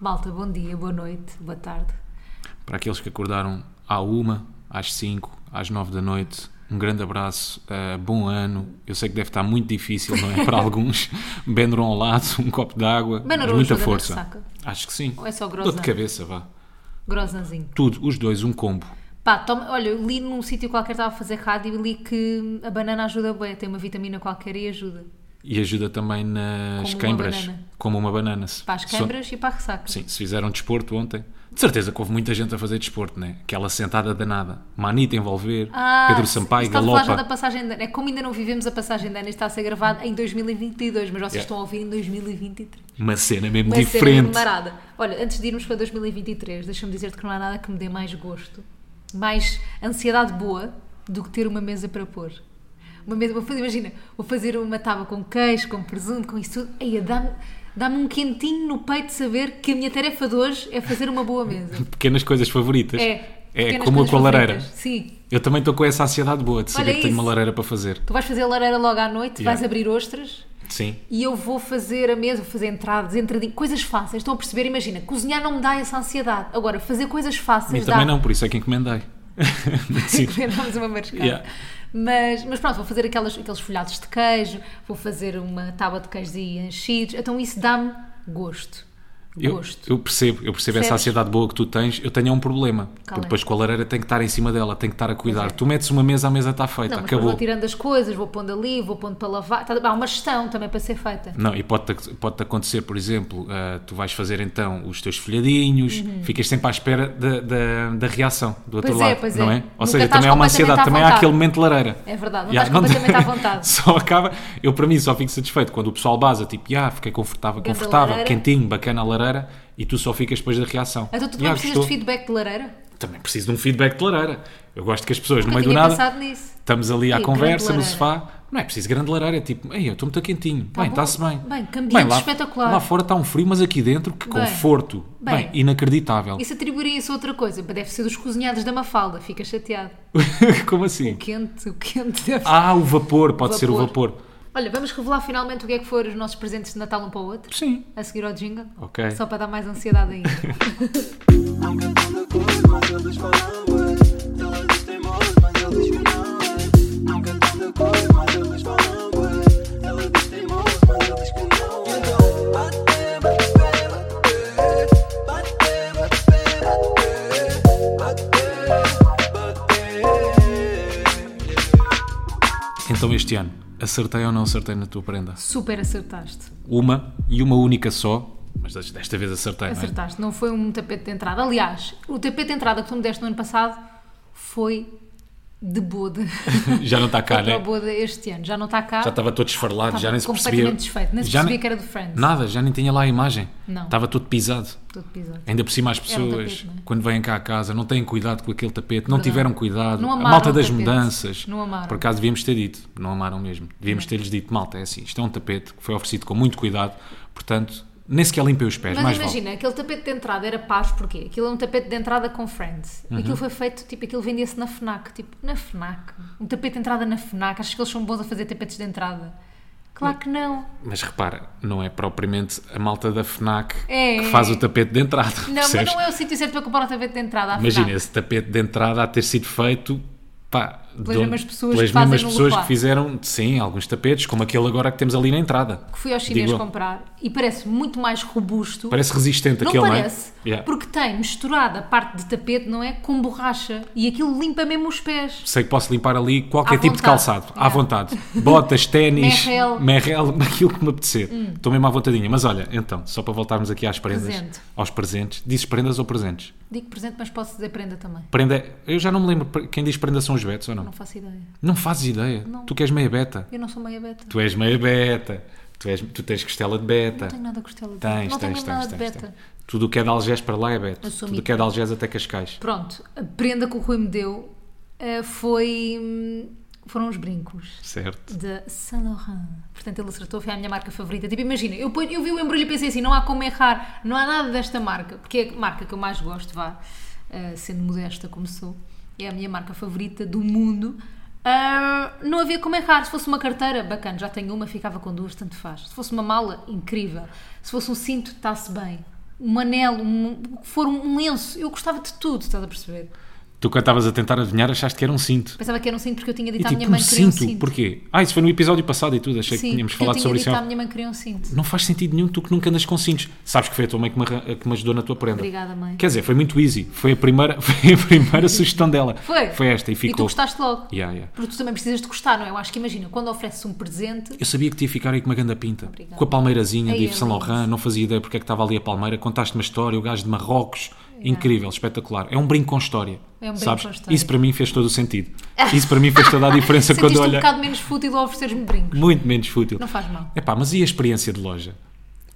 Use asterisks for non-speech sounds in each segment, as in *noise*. Malta, bom dia, boa noite, boa tarde. Para aqueles que acordaram à uma, às cinco, às nove da noite, um grande abraço, eh, bom ano. Eu sei que deve estar muito difícil, não é? *laughs* Para alguns. Benro ao lado, um copo de água, mas Benro muita ajuda na força. ressaca? Acho que sim. Ou é só grosa? Dor de cabeça, vá. Grosanzinho. Tudo, os dois, um combo. Pá, toma, olha, eu li num sítio qualquer, estava a fazer rádio e li que a banana ajuda bem, tem uma vitamina qualquer e ajuda. E ajuda também nas Como uma queimbras. banana. Como uma banana. Se- Para as se- câmaras e para a ressaca. Sim, se fizeram desporto ontem. De certeza que houve muita gente a fazer desporto, né? Aquela sentada danada. Manita envolver, Pedro Sampaio, está Ah, a falar já galopa. da passagem de ano. É como ainda não vivemos a passagem de ano, isto está a ser gravado em 2022, mas vocês Yeah. estão a ouvir em 2023. Uma cena mesmo Uma cena diferente. marada. Olha, antes de irmos para 2023, deixa-me dizer-te que não há nada que me dê mais gosto, mais ansiedade boa do que ter uma mesa para pôr. Uma mesa, vou fazer, imagina, vou fazer uma tábua com queijo, com presunto, com isso tudo. Eia, dá-me dá-me um quentinho no peito de saber que a minha tarefa de hoje é fazer uma boa mesa. Pequenas coisas favoritas. É. É pequenas como a coisas com a lareira. favoritas. Sim. Eu também estou com essa ansiedade boa de saber Olha que tenho isso. uma lareira para fazer. Tu vais fazer a lareira logo à noite, Yeah. vais abrir ostras Sim. e eu vou fazer a mesa, vou fazer entradas, entradinhas, coisas fáceis. Estão a perceber? Imagina, cozinhar não me dá essa ansiedade. Agora, fazer coisas E fáceis dá. *laughs* também não, por isso é que encomendei. Sim. Comemos é uma mariscada. Yeah. Mas, mas pronto, vou fazer aquelas, aqueles folhados de queijo, vou fazer uma tábua de queijos e enchidos. Então isso dá-me gosto. Eu, Gosto. eu percebo, eu percebo essa Percebes? ansiedade boa que tu tens. Eu tenho um problema. Qual é? Porque depois com a lareira tem que estar em cima dela, tem que estar a cuidar. Pois é. Tu metes uma mesa, a mesa está feita, Não, mas depois acabou. vou tirando as coisas, vou pondo ali, vou pondo para lavar. Tá- Há uma gestão também para ser feita. Não, e pode-te pode acontecer, por exemplo, ah, tu vais fazer então os teus folhadinhos, ficas sempre à espera da, da, da reação do outro Uhum. Pois é, lado, pois é. não é? Nunca Ou seja, estás também há uma completamente ansiedade, à também há vontade. aquele momento de lareira. É verdade, não Yeah, estás completamente à vontade. *laughs* Só acaba, eu para mim só fico satisfeito quando o pessoal baza, tipo, ah, fiquei confortável, Ganda confortável, lareira." quentinho, bacana a lareira, e tu só ficas depois da reação. Então tu "Ya, não precisas de gostou." feedback de lareira? Também preciso de um feedback de lareira. Eu gosto que as pessoas, no Não meio do tinha nada, pensado nisso. estamos ali à Ei, conversa, grande no lareira. Tá sofá, não é preciso grande lareira, é tipo, ei, eu estou muito quentinho, bem, bom. está-se bem. Bem, que ambiente lá, espetacular. Lá fora está um frio, mas aqui dentro, que Bem, conforto. Bem, bem. inacreditável. E se atribuírem isso a outra coisa? Deve ser dos cozinhados da Mafalda, fica chateado. *laughs* Como assim? O quente, *laughs* o quente deve Ah, o vapor, pode ser o Vapor. vapor. Olha, vamos revelar finalmente o que é que foram os nossos presentes de Natal um para o outro? Sim. A seguir ao jingle? Ok. Só para dar mais ansiedade *laughs* ainda. Não canto na cor, mas eles falam bué. Ela diz teimoso, mas ele diz que não é. Não canto na cor, mas eles falam bué. Ela diz teimoso, mas ele diz que não é. Então, bate, bate, bate, bate, bate, bate, bate, bate. Então este ano, acertei ou não acertei na tua prenda? Super Tá acertaste. Uma e uma única só, mas des- desta vez acertei, não é? Acertaste. Não foi um tapete de entrada. Aliás, o tapete de entrada que tu me deste no ano passado foi de boda. *laughs* Já não está cá, Foi para né? o boda este ano. Já não está cá. Já estava todo esfarelado, Estava já nem se percebia. completamente desfeito. Nem se Já percebia que era do Friends. Nada, já nem tinha lá a imagem. Não. Estava todo pisado. Todo pisado. Ainda por cima as Era um pessoas, tapete, não é? quando vêm cá a casa, não têm cuidado com aquele tapete, não tiveram cuidado. Não a amaram malta o das tapete. mudanças. Não amaram. Por acaso devíamos ter dito, não amaram mesmo. Devíamos ter-lhes dito, malta, é assim, isto é um tapete que foi oferecido com muito cuidado, portanto, nem sequer limpei os pés, Mas mais imagina, aquele tapete de entrada era paz, porquê? Aquilo é um tapete de entrada com Friends. Uhum. Aquilo foi feito, tipo, aquilo vendia-se na FNAC. Tipo, na FNAC. Um tapete de entrada na FNAC. Achas que eles são bons a fazer tapetes de entrada? Claro que não. vale. Mas repara, não é propriamente a malta da FNAC É. que faz o tapete de entrada. Não, mas percebes? não é o sítio certo para comprar um tapete de entrada. à Imagina FNAC. esse tapete de entrada a ter sido feito pá, pelas mesmas pessoas pelas que fazem mesmas no pessoas Leroy. que fizeram, sim, alguns tapetes, como aquele agora que temos ali na entrada. Que fui aos chineses Digo eu. comprar e parece muito mais robusto. Parece resistente não aquele, parece, não é? Yeah. porque tem misturada a parte de tapete, não é? Com borracha. E aquilo limpa mesmo os pés. Sei que posso limpar ali qualquer À tipo vontade. de calçado, à Yeah. vontade. *laughs* Botas, ténis, Merrell. Hum. merrel, *laughs* aquilo que me apetecer. Estou mesmo à vontadinha. Mas olha, então, só para voltarmos aqui às prendas, Presente. aos presentes. Dizes prendas ou presentes? Digo presente, mas posso dizer prenda também. Prenda, eu já não me lembro, pre- quem diz prenda são os betos ou não? Não Não, faço ideia. fazes ideia. Tu que és meia beta. Eu não sou meia beta. Tu és meia beta. Tu, és, tu tens costela de beta. Não tenho nada a costela de Tens, Não tenho tens, mesmo tens, nada de tens, beta. tens. Tudo o que é de Algés para lá é beta. Eu sou Tudo o mica. que é de Algés até Cascais. Pronto, a prenda que o Rui me deu eh, foi. hum, foram os brincos Certo. de Saint Laurent. Portanto, ele acertou, foi a minha marca favorita. Tipo, imagina, eu, ponho- eu vi o embrulho e pensei assim: não há como errar, não há nada desta marca, porque é a marca que eu mais gosto, vá, eh, sendo modesta como sou, é a minha marca favorita do mundo. Ah, não havia como errar. Se fosse uma carteira, bacana, já tenho uma, ficava com duas, tanto faz. Se fosse uma mala, incrível. Se fosse um cinto, está-se bem. um anel, um, o que for, um lenço. Eu gostava de tudo, estás a perceber? Tu quando estavas a tentar adivinhar achaste que era um cinto. Pensava que era um cinto porque eu tinha E dito à minha tipo, um mãe que queria um cinto, cinto. porquê? Ah, isso foi no episódio passado e tudo, achei Sim, que tínhamos porque eu falado tinha sobre dito isso. é à minha mãe que queria um cinto. Não faz sentido nenhum, tu que nunca andas com cintos. Sabes que foi a tua mãe que me, arran- que me ajudou na tua prenda. Obrigada, mãe. Quer dizer, foi muito easy. Foi a primeira, *laughs* foi a primeira sugestão dela. Foi? Foi esta E e tu ficou. gostaste logo. Yeah, yeah. Porque tu também precisas de gostar, não é? Eu acho que imagina, quando ofereces um presente, Eu sabia que te ia ficar aí com uma ganda pinta. Obrigada. Com a palmeirazinha Ai, de Yves é Saint lindo. Laurent, não fazia ideia porque é que estava ali a palmeira. Contaste uma história, o gajo de Marrocos. Incrível, espetacular. É um brinco com história. É um brinco sabes? com história. Isso para mim fez todo *laughs* o sentido. Isso para mim fez toda a diferença sentiste quando um olha. bocado menos fútil ao ofereceres-me brincos. Muito menos fútil. Não faz mal. Epá, mas e a experiência de loja?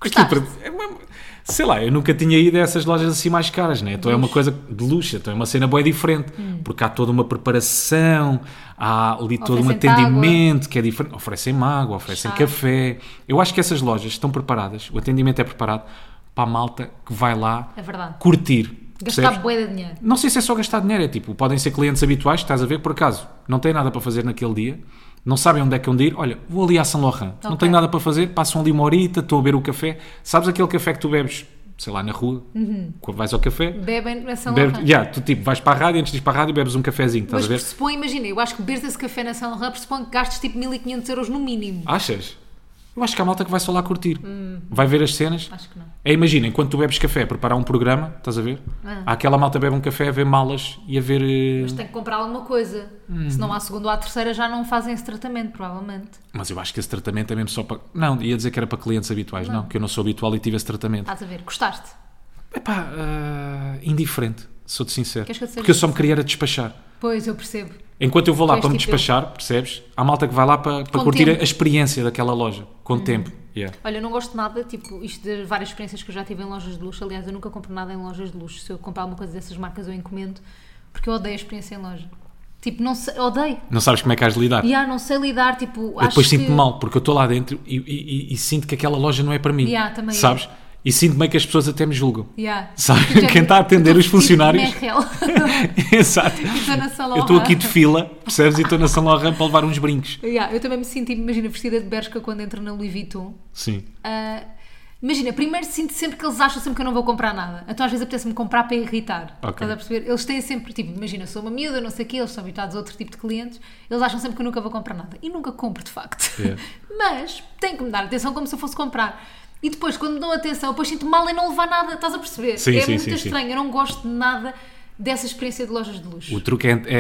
Gostaste? Aquilo para- é uma- Sei lá, eu nunca tinha ido a essas lojas assim mais caras, né? Então é uma coisa de luxo, então é uma cena bem diferente, Hum. porque há toda uma preparação, há ali todo um Oferecem-te atendimento que é diferente. Oferecem água, oferecem Chá. café. Eu acho que essas lojas estão preparadas, o atendimento é preparado para a malta que vai lá É verdade. curtir. Gastar percebes? bué de dinheiro. Não sei se é só gastar dinheiro, é tipo, podem ser clientes habituais, estás a ver, por acaso, não têm nada para fazer naquele dia, não sabem onde é que é onde ir, olha, vou ali à São Laurent, não Ok. tenho nada para fazer, passam ali uma horita, estão a beber o café, sabes aquele café que tu bebes, sei lá, na rua, Uhum. quando vais ao café, Bebem na São bebes, Laurent. yeah, tu tipo, vais para a rádio, antes de ir para a rádio bebes um cafezinho, estás Mas a ver? pressupõe, imagina, eu acho que beberes esse café na São Laurent pressupõe que gastes tipo 1500 euros no mínimo. Achas? Eu acho que há malta que vai só lá curtir, Hum. vai ver as cenas, Acho que não. É, imagina, enquanto tu bebes café a preparar um programa, estás a ver? Ah. Há aquela malta que bebe um café a ver malas e a ver... eh, Mas tem que comprar alguma coisa. Hum. Se não há segunda ou há terceira, já não fazem esse tratamento, provavelmente. Mas eu acho que esse tratamento é mesmo só para. Não, ia dizer que era para clientes habituais, não, que eu não sou habitual e tive esse tratamento. Estás a ver? Gostaste? É pá, ah, indiferente, sou-te sincero. Queres que eu te seja Porque eu só me queria era despachar. Pois, eu percebo. Enquanto eu vou lá és para me tipo despachar, percebes? Há malta que vai lá para, para Com curtir tempo. Hum. a experiência daquela loja, com tempo. Yeah. Olha, eu não gosto de nada, tipo, isto de várias experiências que eu já tive em lojas de luxo. Aliás, eu nunca compro nada em lojas de luxo. Se eu comprar alguma coisa dessas marcas, eu encomendo, porque eu odeio a experiência em loja. Tipo, não sei, odeio. Não sabes como é que has de lidar. E ah, não sei lidar, tipo, Eu acho depois sinto-me que... mal, porque eu estou lá dentro e, e- e- e sinto que aquela loja não é para mim. Yeah, também eu. sabes? E sinto meio que as pessoas até me julgam. *laughs* Yeah. Sabe, Tipo, quem está a atender eu os estou vestido de funcionários? Merrell. *laughs* Exato. Estou na São Eu estou aqui Laurent. de fila, percebes? E estou na São Laurent para levar uns brincos. *laughs* Yeah, eu também me sinto, imagina, vestida de Bershka quando entro na Louis Vuitton. Sim. Ah, imagina, primeiro sinto sempre que eles acham sempre que eu não vou comprar nada. Então às vezes apetece-me comprar para irritar. Ok. Estás a perceber? Eles têm sempre, tipo, imagina, eu sou uma miúda, não sei o quê, eles são habituados a outro tipo de clientes, eles acham sempre que eu nunca vou comprar nada. E nunca compro, de facto. Yeah. *laughs* Mas tenho que me dar atenção como se eu fosse comprar. E depois, quando me dão atenção, eu depois sinto mal em não levar nada, estás a perceber? Sim, é sim, muito sim, sim. estranho, eu não gosto de nada dessa experiência de lojas de luxo. O truque é, é,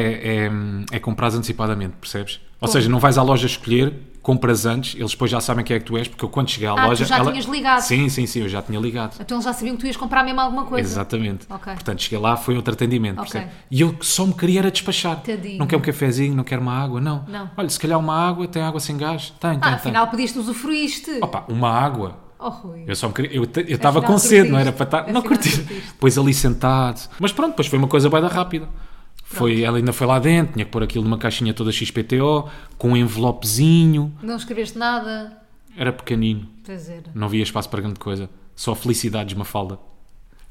é, é comprar antecipadamente, percebes? Ou seja, não vais à loja escolher, compras antes, eles depois já sabem quem é que tu és, porque eu quando cheguei à Ah, tu loja. já tinhas ligado. Sim, sim, sim, eu já tinha ligado. Então eles já sabiam que tu ias comprar mesmo alguma coisa. Exatamente. Ok. Portanto, cheguei lá, foi outro atendimento, Ok. percebe? E eu só me queria era despachar. Tadinho. Não quer um cafezinho, não quer uma água, não. Não. Olha, se calhar uma água, tem água sem gás? Tem, Ah, tem, afinal pediste, usufruíste. tem. Opa, uma água. Oh, Rui. Eu só me queria, eu te- eu estava Afinal, com sede, não curtiste. era para estar, não Afinal, curti. curtiste. Pois ali sentado. Mas pronto, depois foi uma coisa bem rápida. Foi, ela ainda foi lá dentro, tinha que pôr aquilo numa caixinha toda XPTO, com um envelopezinho, Não escreveste nada. era pequenino, Pois era. não havia espaço para grande coisa, só felicidades, Mafalda.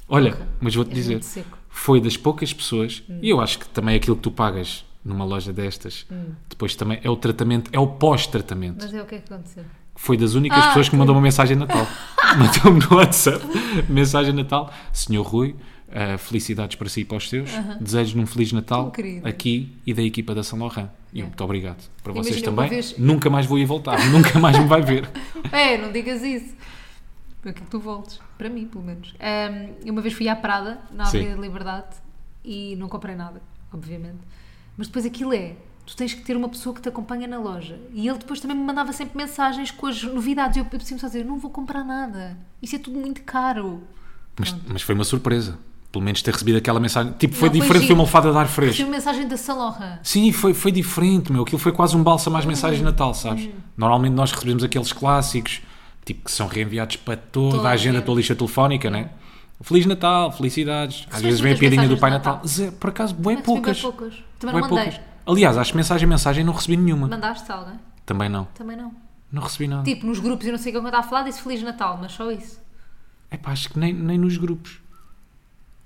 Olha, mas vou-te É dizer, muito Hum. seco. foi das poucas pessoas, e eu acho que também é aquilo que tu pagas numa loja destas, depois também é o tratamento, é o pós-tratamento. Hum. Mas é o que é que aconteceu. foi das únicas Ah, pessoas que me mandou uma mensagem *laughs* de Natal. Mandou-me no WhatsApp mensagem de Natal. Senhor Rui, eh, felicidades para si e para os seus. Desejo-lhe um Feliz Natal Tão querido. aqui e da equipa da São Laurent. E eu, muito obrigado. Para É. Imagina, vocês uma também. vez- Nunca mais vou ir voltar. *laughs* Nunca mais me vai ver. *laughs* É, não digas isso. Para que tu voltes. Para mim, pelo menos. Ahm, eu uma vez fui à Prada, na Sim. Avenida da Liberdade, e não comprei nada, obviamente. Mas depois aquilo é. Tu tens que ter uma pessoa que te acompanha na loja. E ele depois também me mandava sempre mensagens com as novidades. Eu, eu preciso só dizer, não vou comprar nada. Isso é tudo muito caro. Mas, mas foi uma surpresa. Pelo menos ter recebido aquela mensagem. Tipo, foi Não, foi diferente. Foi, giro. uma alfada de ar Recebi fresco. uma mensagem da Saint Laurent. Sim, foi, foi diferente, meu. Aquilo foi quase um bálsamo Uhum. às mensagens de Natal, sabes? Normalmente nós recebemos aqueles clássicos, tipo, que são reenviados para toda, Toda a a agenda, gente. tua lista telefónica, né? Feliz Natal, felicidades. Recebeste Às vezes vem a muitas piadinha do mensagens Pai de Natal. Natal? Zé, por acaso, bem Recebi bem poucas. poucas. Também Bué não mandei. poucas. Aliás, acho que mensagem a mensagem não recebi nenhuma. Mandaste alguém? Também não. Também não. Não recebi nada. Tipo, nos grupos eu não sei o que eu estava a falar, disse Feliz Natal, mas só isso. Epá, acho que nem, nem nos grupos.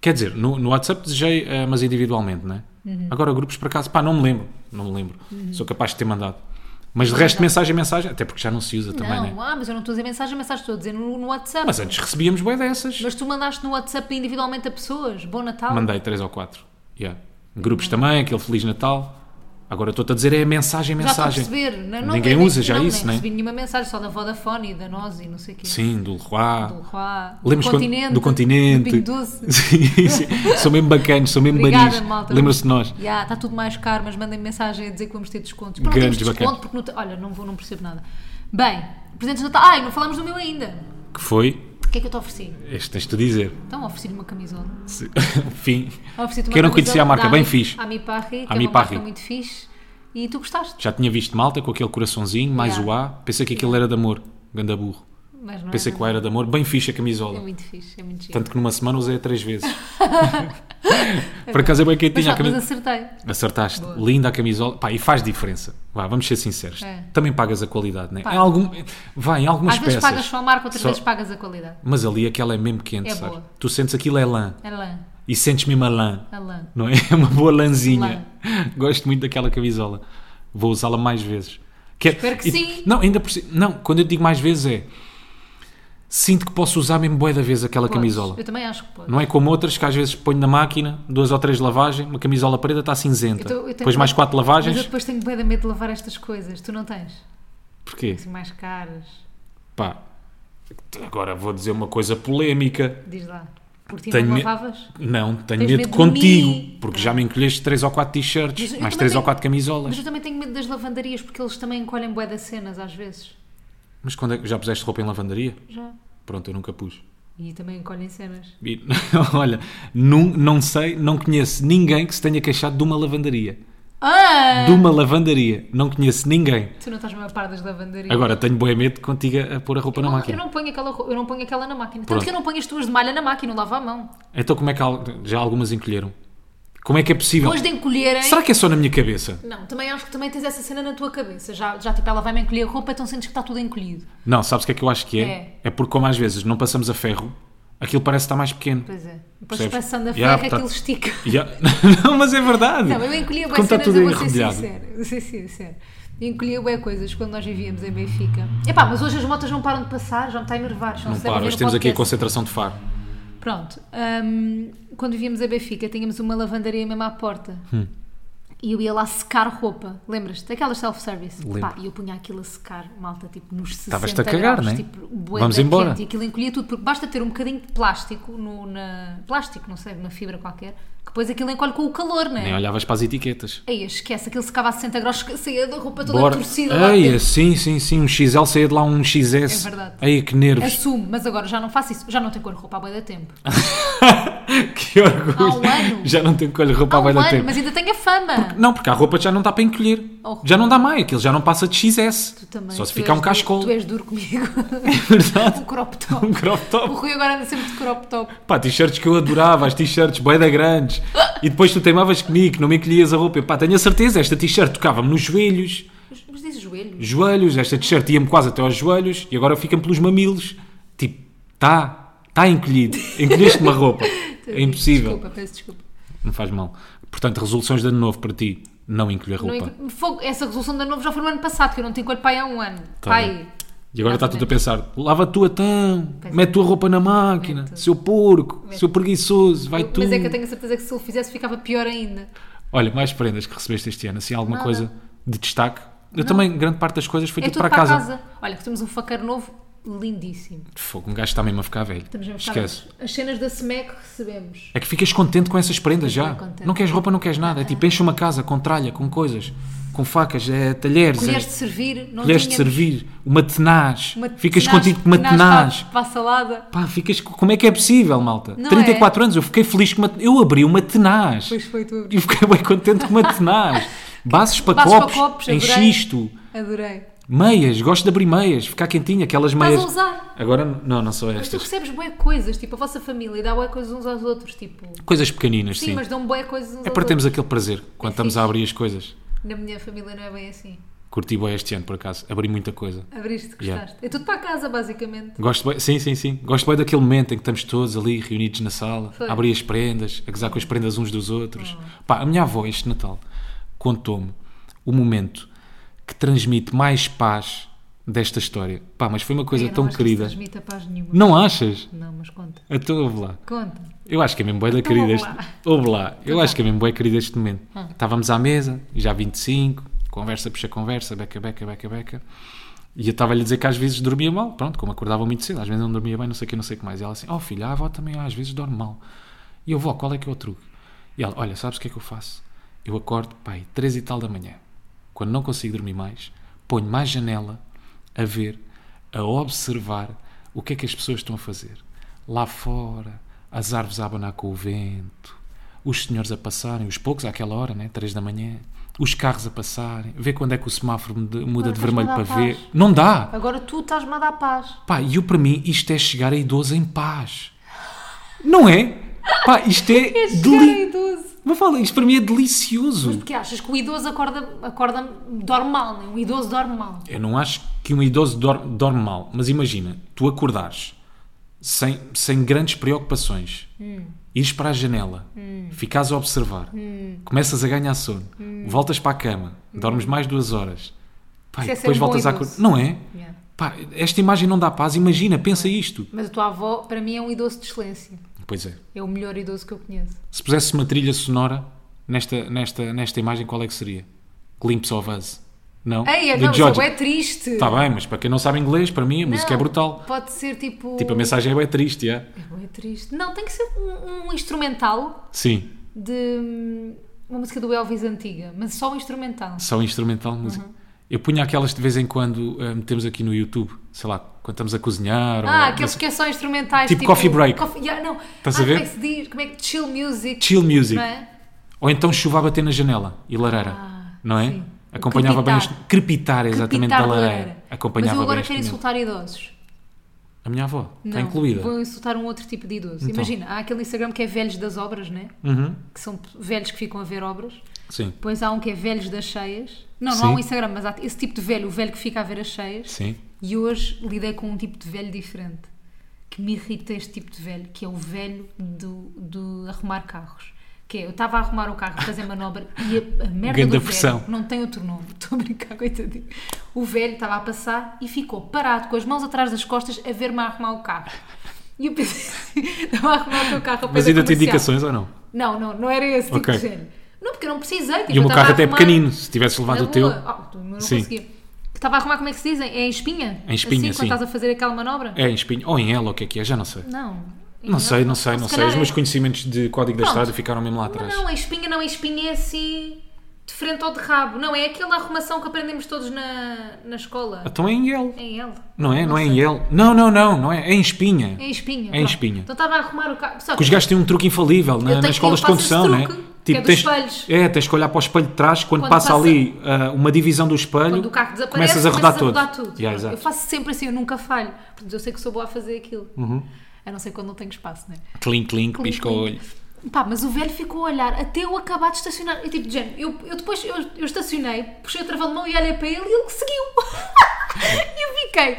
Quer dizer, no, no WhatsApp desejei, eh, Uhum. mas individualmente, né? Agora, grupos por acaso, pá, não me lembro. Não me lembro. Sou capaz de ter mandado. Mas de resto, mensagem, mensagem, até porque já não se usa também, não, né? ah, mas eu não estou a dizer mensagem, mensagem, estou a dizer no, no WhatsApp. Mas antes recebíamos bem dessas. Mas tu mandaste no WhatsApp individualmente a pessoas. Bom Natal. Mandei três ou quatro. Yeah. Grupos também, aquele Feliz Natal. Agora estou-te a dizer é mensagem, Já estou a mensagem. perceber. Não, não, Ninguém nem- usa já não, isso, nem né? recebi nenhuma mensagem, só da Vodafone e da Nós e não sei o quê. Sim, do Leroy. *laughs* Do Rua, Lembras do quando- continente. do continente. Do Pingo Doce. Sim, sim. São mesmo bacanos, são mesmo Obrigada, banis. malta. Lembra-se de nós. Ya, está tudo mais caro, mas mandem mensagem a dizer que vamos ter descontos. Pá, não Grandes temos desconto bacanas. porque não te- Olha, não, vou, não percebo nada. Bem, presentes de Natal. Ai, não falámos do meu ainda. Que foi? O que é que eu te ofereci? Este tens de dizer. Então, ofereci-lhe uma camisola. Se- *laughs* Fim. Ofereci-te uma Que eu camisola não conhecia a marca, da bem Ami- fixe. Ami Parri, que é Ami uma Parri. marca muito fixe. E tu gostaste, Já tinha visto malta com aquele coraçãozinho, mais Yeah. o A. Pensei que aquele era de amor. Ganda burro. mas não Pensei é? que o A era de amor. Bem fixe a É camisola. muito fixe, é muito giro. Tanto que numa semana usei a três *laughs* vezes. Por acaso é bem mas, quentinha a pá, mas camisola. acertei. Acertaste. Boa. Linda a camisola. Pá, e faz diferença. Vá, vamos ser sinceros. É. Também pagas a qualidade, né? Pá. Em algum... Vá, em algumas Às vezes peças. pagas só a marca, outras Só- vezes pagas a qualidade. Mas ali aquela é mesmo quente, É sabes? boa. Tu sentes aquilo é lã. A lã, E sentes mesmo a lã. a lã. Não é? *laughs* É uma boa lãzinha. Gosto muito daquela camisola. Vou usá-la mais vezes. Quer- Espero que e- sim. Não, ainda por cima. Não, quando eu digo mais vezes é. Sinto que posso usar mesmo bué da vez aquela Podes. camisola. Eu também acho que podes. Não é como outras que às vezes ponho na máquina, duas ou três lavagens, uma camisola preta está cinzenta. Eu tô- eu tenho depois mais medo- quatro Mas lavagens. eu depois tenho bem de medo de lavar estas coisas. Tu não tens? Porquê? Assim, mais caras. Pá, agora vou dizer uma coisa polémica. Diz lá. Por ti Tenho não me- lavavas? Não, tenho Tens medo, medo de contigo, mim. porque já me encolheste três ou quatro Mas t-shirts, eu mais também três ou tenho- quatro Mas camisolas. eu também tenho medo das lavandarias porque eles também encolhem bué das cenas às vezes. Mas quando é que já puseste roupa em lavandaria? Já. Pronto, eu nunca pus. E também encolhem cenas. E, *laughs* olha, não, não sei, não conheço ninguém que se tenha queixado de uma lavandaria. Ah! De uma lavandaria. Não conheço ninguém. Tu não estás mesmo a par das lavandarias. Agora tenho boé medo contigo a pôr a roupa eu na não, máquina. eu não ponho aquela, ro- eu não ponho aquela na máquina. Pronto. Tanto que eu não ponho as tuas de malha na máquina, não lavo a mão. Então como é que al- já algumas encolheram? Como é que é possível? Depois de encolherem. Será que é só na minha cabeça? Não, também acho que também tens essa cena na tua cabeça. Já, já tipo, ela vai-me encolher a roupa, então sentes que está tudo encolhido. Não, sabes o que é que eu acho que é? É. É porque como às vezes não passamos a ferro, aquilo parece estar mais pequeno. Pois é. Depois Percebes? passando a Yeah, ferra, tá- aquilo estica. Ya- *laughs* não, mas é verdade. *laughs* Não, eu encolhia bem Como está cenas, tudo eu vou ser enrodilhado. sincera. *laughs* Vou ser sincera. Encolhia bem coisas quando nós vivíamos em Benfica. Epá, mas hoje as motas não param de passar, já me está a enervar. Já Não se deve para, ver hoje o temos aqui a podcast. concentração de faro. Pronto, hum, quando vivíamos em Benfica tínhamos uma lavandaria mesmo à porta. Hum. E eu ia lá secar roupa, lembras-te? Aquelas self-service. Lembro. Pá, E eu punha aquilo a secar, malta, tipo nos 60 Estavas-te a cagar, graus, né? tipo, bué Vamos da embora. quente, E aquilo encolhia tudo, porque basta ter um bocadinho de plástico, no, na, plástico, não sei, uma fibra qualquer, que depois aquilo encolhe com o calor, né? Nem olhavas para as etiquetas. Aí esquece, aquilo secava a 60 graus, saía da roupa toda Bora. torcida lá Ei, dentro. sim, sim, sim. Um XL saía de lá um XS. É verdade. Ei, que nervos. Assumo, mas agora já não faço isso. Já não tenho cor de roupa há bué de tempo. *laughs* que orgulho. Há um ano. Já não tenho colho roupa Há há um bem da ano, tempo. mas ainda tenho a fama. Não, porque a roupa já não está para encolher. Oh, já não dá mais. Aquilo já não passa de XS. Tu também. Só se tu ficar és um duro- cascolo. Tu és duro comigo. *laughs* um crop top. Um crop O top. Rui agora anda sempre de crop top. Pá, t-shirts que eu adorava, as t-shirts bué da grandes. E depois tu teimavas comigo, não me encolhias a roupa. Eu, Pá, tenho a certeza, esta t-shirt tocava-me nos joelhos. Mas- Mas diz joelhos. joelhos, esta t-shirt ia-me quase até aos joelhos e agora fica-me pelos mamilos. Tipo, tá, tá encolhido. Encolheste-me *laughs* a roupa. É impossível. Desculpa, peço desculpa. Não faz mal. Portanto, resoluções de ano novo para ti. Não encolher Não roupa. enco- Fogo, essa resolução da novo já foi no ano passado, que eu não tenho cor de pai há um ano. Tá bem. pai. E agora está tudo a pensar, lava a tua tão, Pois é. mete tua roupa na máquina, Mete. seu porco, seu preguiçoso, vai tu. Mas é que eu tenho a certeza que se ele fizesse ficava pior ainda. Olha, mais prendas que recebeste este ano, assim, alguma Nada. coisa de destaque? Eu também, grande parte das coisas foi é tudo tudo para, para, casa. casa. Olha, que temos um faqueiro novo lindíssimo. Fogo, um gajo está mesmo a ficar velho. Estamos a mostrar Esquece. as cenas da SMEC que recebemos. É que ficas contente com essas prendas já. bem contente. Não queres roupa, não queres nada. É tipo, enche uma casa com tralha, com coisas, com facas, é, talheres, Colheres é, de servir, não colheres de tínhamos servir, uma tenaz. uma ficas tenaz- contigo com uma tenaz tenaz. para- para a salada. Pá, ficas, co- como é que é possível, malta? Não 34 anos, eu fiquei feliz com uma Eu abri uma tenaz. Pois foi, tu abriste. E fiquei bem contente com uma *laughs* tenaz. Bases para Bases para copos, copos, em adorei. xisto. Adorei. Meias, gosto de abrir meias, ficar quentinha, aquelas Estás meias. a usar. Agora, não, não são Mas tu estas. recebes bué coisas, tipo, a vossa família dá bué coisas uns aos outros, tipo... Coisas pequeninas, Sim, sim. mas dão bué coisas uns É aos para termos outros. aquele prazer quando É estamos a fixe. abrir as coisas. Na minha família não é bem assim. Curti bem este ano, por acaso. Abri muita coisa. Abriste, gostaste. Yeah. É tudo para casa, basicamente. Gosto bem, sim, sim, sim. Gosto bem daquele momento em que estamos todos ali reunidos na sala, Foi. Hum. a abrir as prendas, a gozar com as prendas uns dos outros. Pá, a minha avó, este Natal, contou-me o momento que que transmite mais paz desta história. Pá, mas foi uma coisa Eu não tão acho que se querida. transmite a paz nenhuma. Não achas? Não, mas conta. A tua lá. Conta. Eu acho que é mesmo bué da Então, querida ouve este. lá. Ouve lá. Eu Então. Hum. acho que é mesmo bué querida este momento. Estávamos à mesa, já 25, conversa puxa conversa, beca, beca, beca, beca. E eu estava-lhe a dizer que às vezes dormia mal, pronto, como acordava muito cedo, às vezes não dormia bem, não sei o que, não sei o que mais. E ela assim, oh filha, a avó também às vezes dorme mal. E eu, vó, qual é que é o truque? E ela, olha, sabes o que é que eu faço? Eu acordo, pai, 3 e tal da manhã. Quando não consigo dormir mais, ponho mais janela a ver, a observar o que é que as pessoas estão a fazer. Lá fora, as árvores a abanar com o vento, os senhores a passarem, os poucos àquela hora, né? 3 da manhã, os carros a passarem, ver quando é que o semáforo muda- muda Agora de estás-me vermelho a para dar ver. paz. Não dá! Agora tu estás-me a dar paz. Pá, e eu para mim isto é chegar a idoso em paz. Não é? Pá, isto é. É chegar a deli... idoso. Mas fala, isto para mim é delicioso. Porque achas que o idoso acorda, acorda dorme mal, né? O idoso dorme mal. Eu não acho que um idoso dor- dorme mal, mas imagina, tu acordares sem, sem grandes preocupações, Hum. ires para a janela, ficares a observar, Hum. começas a ganhar sono, voltas para a cama, dormes mais duas horas, pá, e Isso é ser depois um bom voltas a acordar. idoso. Não é? Yeah. Pá, esta imagem não dá paz, imagina, pensa isto. Mas a tua avó, para mim, é um idoso de excelência. Pois é. É o melhor idoso que eu conheço. Se pusesse uma trilha sonora nesta, nesta, nesta imagem, qual é que seria? Glimpse of Us. Não? Ei, Do não, George. isso é bué triste. Está Tá bem, mas para quem não sabe inglês, para mim a Não, música é brutal. Pode ser tipo. Tipo, a mensagem é bem triste, é? É bué triste. Não, tem que ser um, um instrumental Sim, de hum, uma música do Elvis antiga, mas só um instrumental. só instrumental música. Uhum. Eu punha aquelas de vez em quando eh, metemos aqui no YouTube, sei lá, quando estamos a cozinhar. Ah, ou, aqueles que é só instrumentais. Tipo coffee break. Coffee, yeah, não. Estás ah, a ver? Como é que se diz? Como é que chill music? Chill music. Não é? Ou então chuva a bater na janela e lareira. Ah, não é? sim. Acompanhava bem. Crepitar. os- Crepitar, exatamente, Crepitar da na lareira. lareira. Acompanhava Mas eu agora bem. quero este momento. insultar idosos. A minha avó Não, está incluída. Então. Vou insultar um outro tipo de idoso. Imagina, há aquele Instagram que é velhos das obras, né? Uhum, Que são velhos que ficam a ver obras. Sim, Depois há um que é velhos das cheias. Não, não há Sim. um Instagram, mas há esse tipo de velho, o velho que fica a ver as cheias. sim. E hoje lidei com um tipo de velho diferente que me irrita este tipo de velho, que é o velho do, do arrumar carros. Que é, eu estava a arrumar o carro, fazer manobra e a, a merda Ganda do pressão. velho, não tem outro nome, *laughs* estou a brincar, coitadinho. O velho estava a passar e ficou parado com as mãos atrás das costas a ver-me a arrumar o carro. E eu pensei, *laughs* estava a arrumar o teu carro. ao pé Mas da ainda tem comercial. indicações ou não? Não, não, não era esse tipo Ok. de velho. Não, porque eu não precisei. tipo, E o eu meu estava carro a até é arrumar- pequenino. Se tivesse levado na o teu. boa. Ah, eu não Sim. conseguia. Que Estava a arrumar, como é que se dizem? É em espinha? Em espinha, assim, sim. quando estás a fazer aquela manobra? É em espinho. Ou em ela, ou o que é que é? Já não sei. Não. Não sei, não sei, Se não sei. calhar Os meus é- conhecimentos de código da Pronto. estrada ficaram mesmo lá atrás. Não, não, é espinha não, é espinha é assim, de frente ou de rabo. Não, é aquela arrumação que aprendemos todos na, na escola. Então é em ele. É em L. Não é? Não, é em sei. ele. Não, não, não. Não é. É em espinha. É em espinha. É em pronto. espinha. Então estava a arrumar o carro. Só Que os gajos têm um truque infalível na- Eu tenho- nas escolas eu de faço condução, esse né? truque, que é dos espelhos. tens, é, tens que olhar para o espelho de trás. Quando, Quando passa, passa- ali ah, uma divisão do espelho, quando o carro desaparece, começas a rodar todo. tudo. Yeah, Pronto, eu exato. faço sempre assim, eu nunca falho. Portanto, eu sei que sou boa a fazer aquilo. Uhum. A não ser quando não tenho espaço, né? Clink, clink, pisca o olho. Pá, mas o velho ficou a olhar até eu acabar de estacionar. Eu tipo, Jen, eu, eu depois eu, eu estacionei, puxei o travão de mão e olhei para ele e ele seguiu. *laughs* e eu fiquei,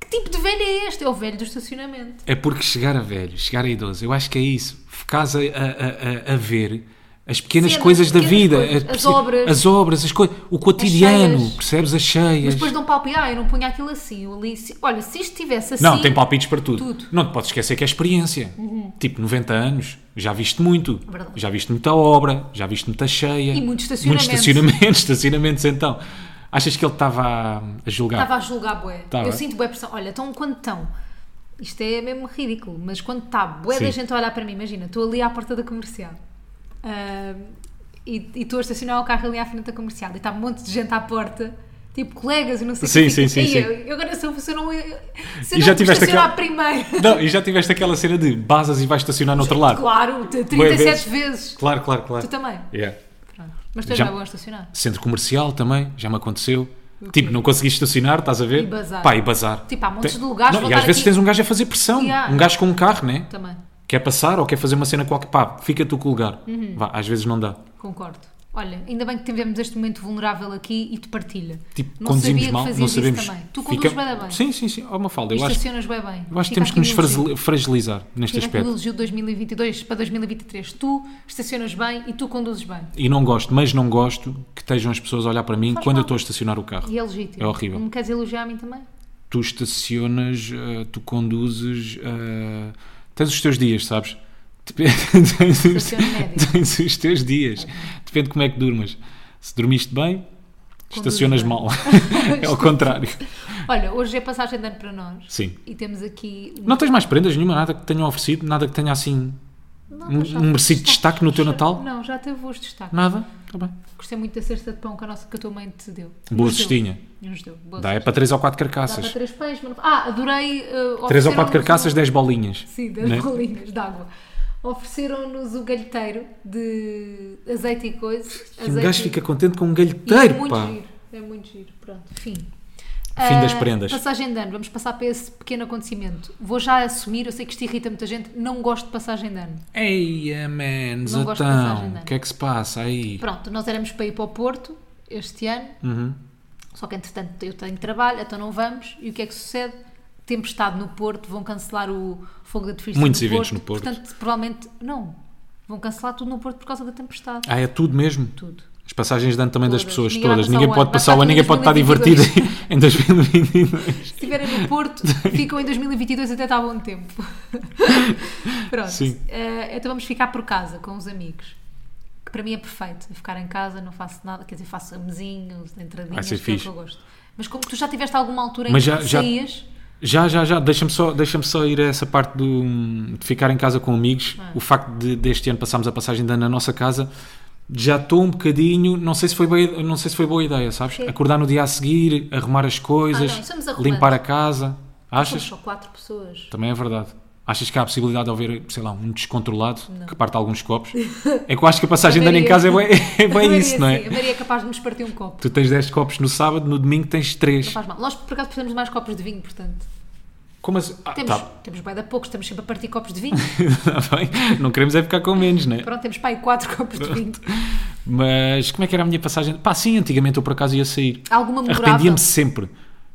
que tipo de velho é este? É o velho do estacionamento. É porque chegar a velho, chegar a idoso, eu acho que é isso. Ficares a, a- a- a- a ver as pequenas Cenas, coisas da pequenas vida, coisas, a- as obras. as obras, as coisas, o cotidiano, cheias. percebes? As Mas cheias. depois dão palpite, ah, eu não punha aquilo assim, eu li, se- olha, se isto estivesse assim. Não, tem palpites para tudo. Tudo. Uhum. Não te podes esquecer que é experiência. Tipo, 90 anos, já viste muito. É Verdade. Já viste muita obra, já viste muita cheia. E muitos estacionamentos. Muitos estacionamentos, *laughs* estacionamentos então. Achas que ele estava a- a julgar? Estava a julgar bué. Tá eu bem. sinto bué pressão. Olha, então quando estão... Isto é mesmo ridículo, mas quando está bué da Sim. gente a olhar para mim, imagina, estou ali à porta da comercial. ah, e e estou a estacionar o carro ali à frente da comercial e está um monte de gente à porta, tipo colegas e não sei o Sim, que. sim, fico, sim, "Ei, sim. Eu, eu agora se eu, se eu não... Se eu E não já tiveste estacionar aquela- *laughs* primeiro... Não, e já tiveste aquela cena de basas e vais estacionar no outro lado. Claro, t- Bué 37 vezes. Claro, claro, claro. Tu tá- também. Yeah. Pronto. Mas tu és Já- bem bom a estacionar. Centro comercial também, já me aconteceu. Tipo, não conseguiste estacionar, estás a ver? E bazar. Pá, e bazar. Tipo, há montes Tem- de lugares, Não, vou E às estar vezes aqui. tens um gajo a fazer pressão. Yeah. Um gajo com um carro, né? Também, Uhum. Quer passar ou quer fazer uma cena qualquer. Pá, fica tu com o lugar. Vá, às vezes não dá. concordo. Olha, ainda bem que tivemos este momento vulnerável aqui e te partilha. Tipo, não conduzimos sabia mal, que fazias não isso sabemos. também. Tu conduzes bem bem. Sim, sim, sim. Ó, Mafalda, E eu acho, estacionas bem bem. eu acho Fica que temos que nos aqui o elogio. fragili- fragilizar neste Fica aqui o aspecto. elogio de 2022 para 2023. Tu estacionas bem e tu conduzes bem. E não gosto, mas não gosto que estejam as pessoas a olhar para mim Faz quando mal. eu estou a estacionar o carro. E é legítimo. É horrível. Não me queres elogiar a mim também? Tu estacionas, eh, tu conduzes, eh, tens os teus dias, sabes? *laughs* Depende- tens, os, Estaciono médio. tens os teus dias. Depende como é que durmas. Se dormiste bem, estacionas bem. mal. *laughs* *laughs* é ao contrário. Olha, hoje é passagem de ano para nós. Sim. E temos aqui. um- Não tens mais prendas nenhuma, nada que tenham oferecido, nada que tenha assim. Não, um- mas já um merecido temos destaque no teu Já- Natal? Não, já teve os destaques. Nada? Está bem. Gostei muito da cesta de pão que a, nossa, que a tua mãe te deu. Boa Nos deu. cestinha. Nos deu. Boa Dá é cesta. para 3 ou 4 Dá para carcaças. três pães, mas não- Ah, adorei. Uh, 3 ou 4 carcaças, ofereceram-nos 10 bolinhas. um- Sim, das Né? bolinhas de água. Ofereceram-nos o galheteiro de azeite e coisa. E um azeite gajo e- fica contente com um é e é galheteiro, muito pá. giro. É muito giro. Pronto, fim. Fim Ah, das prendas. Passagem de ano, vamos passar para esse pequeno acontecimento. Vou já assumir, eu sei que isto irrita muita gente, não gosto de passagem de ano. Eia, man, Não gosto de passagem de Zatão. ano. O que é que se passa aí? Pronto, nós éramos para ir para o Porto este ano, Uhum. só que entretanto eu tenho trabalho, então não vamos. E o que é que sucede? Tempestade no Porto, vão cancelar o fogo de artifício Muitos no eventos Porto. no Porto. Portanto, provavelmente, não. Vão cancelar tudo no Porto por causa da tempestade. Ah, é tudo mesmo? Tudo. As passagens de ano também das Todas. pessoas, Ninguém vai todas. passar Ninguém o pode ano. passar o Vai ano, ninguém estar pode estar tudo em divertido *laughs* em 2022. Se estiverem no *laughs* Porto, ficam em 2022 até está bom tempo. Pronto. Sim. Eh, então vamos ficar por casa com os amigos. Que para mim é perfeito. Eu ficar em casa, não faço nada, quer dizer, faço amezinhos, Vai entradinhas, ser que é o que fixe. eu gosto. Mas como tu já tiveste alguma altura em Mas que já- já- saías, Já, já, já. Deixa-me só, deixa só ir a essa parte do, de ficar em casa com amigos. Ah. O facto de, deste ano passarmos a passagem de ano na nossa casa, já estou um bocadinho. Não sei se foi, bem, não sei se foi boa ideia, sabes? Quê? Acordar no dia a seguir, arrumar as Ah, não, coisas, somos arrumantes. limpar a casa. somos Achas? só quatro pessoas. Também é verdade. Achas que há a possibilidade de haver, sei lá, um descontrolado que parte *laughs* alguns copos? É que eu acho que a passagem de ano em Maria- casa é bem, é bem A Maria, isso, não sim, é? A Maria é capaz de nos partir um copo. Tu tens 10 copos no sábado, no domingo tens 3. Não faz mal. Nós, por acaso, precisamos de mais copos de vinho, portanto. Como assim? Ah, Temos, tá. *laughs* temos bem da poucos, estamos sempre a partir copos de vinho. Tá bem. Não queremos é ficar com menos, não é? Pronto, temos pai quatro copos de *laughs* vinho. Mas como é que era a minha passagem? Pá, sim, antigamente eu por acaso ia sair. Alguma memorável? Arrependia-me sempre.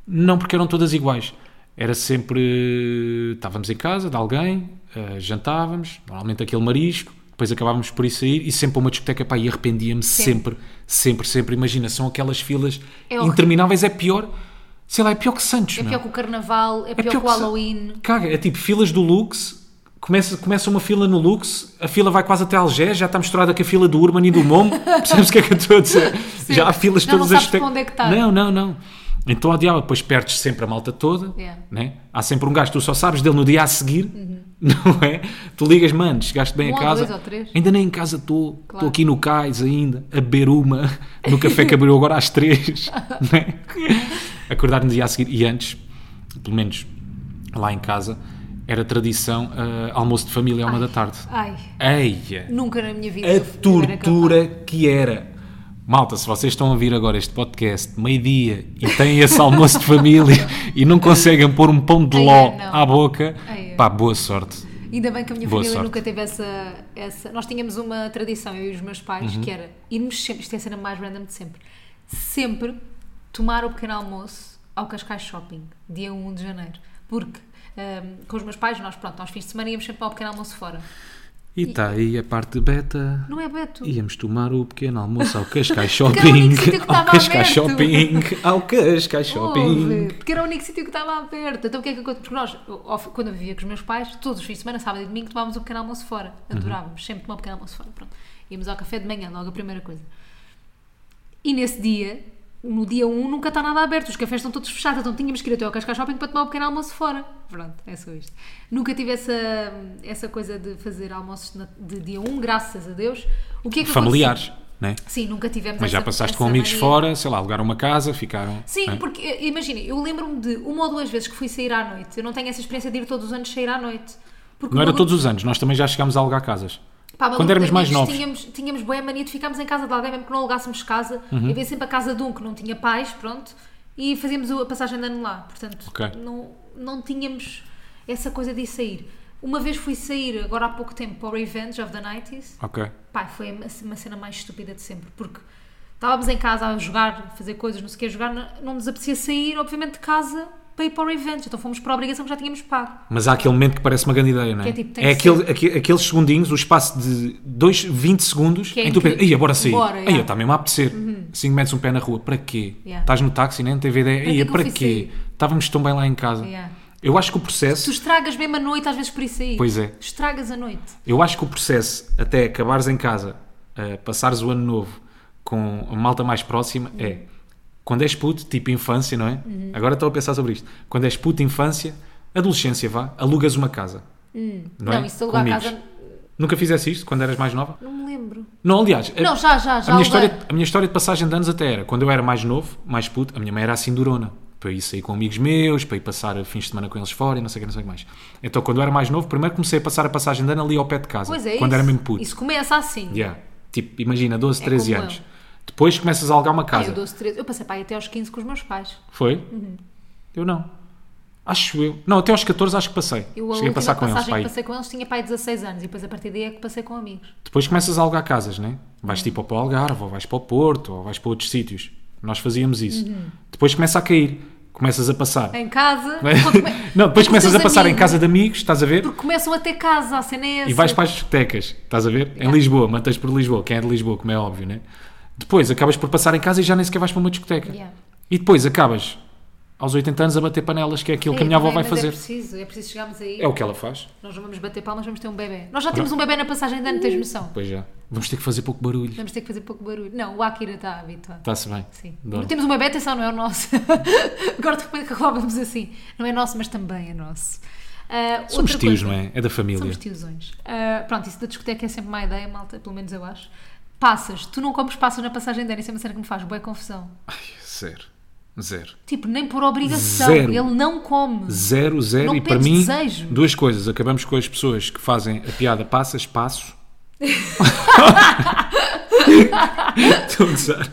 Não porque eram todas iguais. Era sempre. eh, Estávamos em casa de alguém, eh, jantávamos, normalmente aquele marisco, depois acabávamos por ir sair e sempre a uma discoteca, pá, e arrependia-me sempre. sempre, sempre, Imagina, são aquelas filas É horrível. intermináveis, é pior. Sei lá, é pior que Santos, É meu. pior que o carnaval, é, pior, que o se- Halloween. Caga, é tipo filas do Lux. Começa, começa uma fila no Lux, a fila vai quase até Algés, já está misturada com a fila do Urban e do *laughs* Momo. Percebes o que é que eu estou a dizer? já há filas Já não todas sabes as te- para onde é que está. Não, não, não. Então odiava, depois perdes sempre a malta toda. Yeah. Uhum. Né? Há sempre um gajo, tu só sabes dele no dia a seguir, *laughs* não é? Tu ligas, mano, chegaste bem Um a ou casa. dois ou três. Ainda nem em casa estou, estou Claro. aqui no cais ainda, a beber uma, no café que abriu agora *laughs* às três. né? Acordar no dia a seguir. E antes, pelo menos lá em casa, era tradição ah, almoço de família à uma da tarde. Ai, Eia! nunca na minha vida. A eu era capaz. tortura que era. Malta, se vocês estão a ouvir agora este podcast, meio-dia, e têm esse almoço *laughs* de família e não conseguem pôr um pão de Ai, ló é, não. à boca, Ai, é. pá, boa sorte. Ainda bem que a minha Boa família sorte. nunca teve essa, essa. Nós tínhamos uma tradição, eu e os meus pais, Uhum. que era irmos sempre. Isto é a cena mais random de sempre. Sempre tomar o pequeno almoço ao Cascais Shopping, dia 1 de janeiro. Porque hum, com os meus pais, nós, pronto, aos fins de semana íamos sempre ao pequeno almoço fora. E está aí a parte beta. Não é Beto? Íamos tomar o pequeno almoço ao Cascais Porque era o Shopping. único sítio que *laughs* Ao estava Cascais aberto. Shopping. Ao Cascais Ouve, Shopping. porque era o único sítio que estava aberto. Então o que é que acontece? Porque nós, eu, ao- quando eu vivia com os meus pais, todos os fins de semana, sábado e domingo, tomávamos um pequeno almoço fora. Uhum. Adorávamos, sempre tomar um pequeno almoço fora. Pronto. Íamos ao café de manhã, logo a primeira coisa. E nesse dia, no dia 1, nunca está nada aberto, os cafés estão todos fechados, então tínhamos que ir até ao Cascais Shopping para tomar um pequeno almoço fora. Pronto, é só isto. Nunca tive essa, essa coisa de fazer almoços na- de dia 1, graças a Deus. O que é que Familiares, né? aconteceu? Sim, nunca tivemos Mas já essa- passaste essa com amigos mania. fora, sei lá, alugaram uma casa, ficaram. Sim, né? porque eh, imagina, eu lembro-me de uma ou duas vezes que fui sair à noite. Eu não tenho essa experiência de ir todos os anos sair à noite. Porque Não o era maluco- todos os anos, nós também já chegámos a alugar casas. Pá, maluco Quando éramos de mais amigos, novos. Tínhamos, tínhamos boa mania de ficarmos em casa de alguém, mesmo que não alugássemos casa. Uhum. Havia sempre a casa de um que não tinha pais, pronto. E fazíamos o- a passagem de ano lá. Portanto, Ok. não, não tínhamos essa coisa de ir sair. Uma vez fui sair, agora há pouco tempo, para o Revenge of the 90s. Ok. Pá, foi uma uma cena mais estúpida de sempre, porque estávamos em casa a jogar, a fazer coisas, não sei o que, a jogar, não- não nos apetecia sair, obviamente, de casa para ir para o Revenge. Então fomos para a obrigação que já tínhamos pago. Mas há aquele momento que parece uma grande ideia, não é? Que é tipo, tem é que ser. aquele, aque- aqueles segundinhos, o espaço de dois, 20 segundos, Que é em que tu incrível. pensas, ia, bora sair. Bora, ia, yeah. Uhum. está mesmo a apetecer. Assim que metes um pé na rua, para quê? Yeah. Estás no táxi, nem teve ideia. Para Ia, que que eu para fui quê? Estávamos tão bem lá em casa. Yeah. Eu acho que o Tu processo, estragas mesmo a noite, às vezes, por isso aí. Pois é. Estragas a noite. eu acho que o processo, até acabares em casa, eh, passares o ano novo com a malta mais próxima, é quando és puto, tipo infância, não é? Uhum. Agora estou a pensar sobre isto. Quando és puto, infância, adolescência, vá, alugas uma casa. Hum. Não, é? isso de alugar Com a amigos. casa. Nunca fizesse isto quando eras mais nova? Não me lembro. Não, aliás, a- Não, já, já, a, já. minha aluguei. história, a minha história de passagem de anos até era quando eu era mais novo, mais puto, a minha mãe era assim durona. Para eu ir sair com amigos meus, para ir passar fins de semana com eles fora e não sei o que, não sei o que mais. Então, quando eu era mais novo, primeiro comecei a passar a passagem de ano ali ao pé de casa. Pois é, quando isso. era mesmo puto. Isso começa assim. Yeah. Tipo, imagina, 12, 13 como anos. eu. Depois começas a alugar uma Ah, casa. eu, Uhum. 12, 13. eu passei para aí até aos 15 com os meus pais. Foi? Eu não. Acho eu. Não, até aos 14 acho que passei. Eu a Cheguei a última passar com eles. passagem pá, aí. que passei com eles tinha pai 16 anos e depois a partir daí é que passei com amigos. Depois começas a alugar casas, né? Vais tipo para o Algarve, ou vais para o Porto, ou vais para outros sítios. Nós fazíamos isso. Uhum. Depois começa a cair. Começas a passar. Em casa. *laughs* é Não, depois com os começas a teus passar em amigos. casa de amigos, estás a ver? Porque começam a ter casa, a cena é essa. E vais para as discotecas, estás a ver? Em Lisboa, mantens por Lisboa, quem é de Lisboa, como é óbvio, né? Depois acabas por passar em casa e já nem sequer vais para uma discoteca. Yeah. E depois acabas aos 80 anos a bater panelas, que é aquilo que a Ei, minha avó também, vai mas É fazer. preciso, é preciso chegarmos aí. É o que ela faz. Nós não vamos bater palmas, vamos ter um bebê. Nós já temos um bebê na passagem de ano, tens noção? Pois já. Vamos ter que fazer pouco barulho. Vamos ter que fazer pouco barulho. Não, o Akira está habituado. Está-se bem. Sim. Adoro. Temos uma beta, só não é o nosso. *laughs* Agora de repente acabamos assim. Não é nosso, mas também é nosso. Ah, Somos outra tios, coisa. não é? É da família. Somos tiozões. Ah, pronto, isso da discoteca é sempre má ideia, malta, pelo menos eu acho. Passas, tu não compras passas na passagem de ano, isso é uma cena que me faz boa confusão. Zero. Zero. Tipo, nem por obrigação, Zero. ele não come. Zero, zero. Não e para pedes mim, desejo. duas coisas. Acabamos com as pessoas que fazem a piada passas, *laughs* passo. Estou a gozar.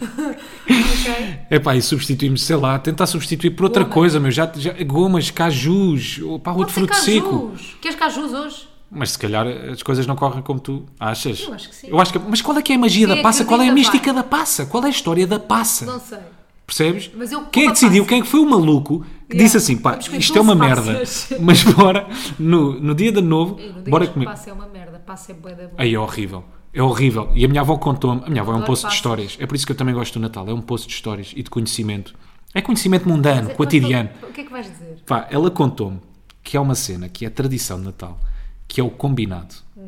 Epá, e substituímos, sei lá, tentar substituir por outra Goma. coisa, meu. Já, já, gomas, cajus, ou pá, outro Pode ser fruto seco. cajus. Queres cajus hoje? Mas se calhar as coisas não correm como tu achas. Eu acho que sim. Eu acho que- mas qual é que é a magia Quem da passa? Qual é a acredita, mística da passa? Qual é a história da passa? Não sei. Percebes? Mas eu quem é como que decidiu? a passa. Quem é que foi o maluco que Yeah. disse assim, pá, Vamos comer isto é uma 12 merda, passas. *laughs* mas bora, no, no dia de novo, Ei, não bora digas que comer. passa é uma merda, passa é bué da boa. Aí é horrível, é horrível. E a minha avó contou-me, a minha avó é um Adoro poço de passas. histórias, é por isso que eu também gosto do Natal, é um poço de histórias e de conhecimento. É conhecimento mundano, cotidiano. O que é que vais dizer? Pá, ela contou-me que há uma cena que é a tradição de Natal, que é o combinado. O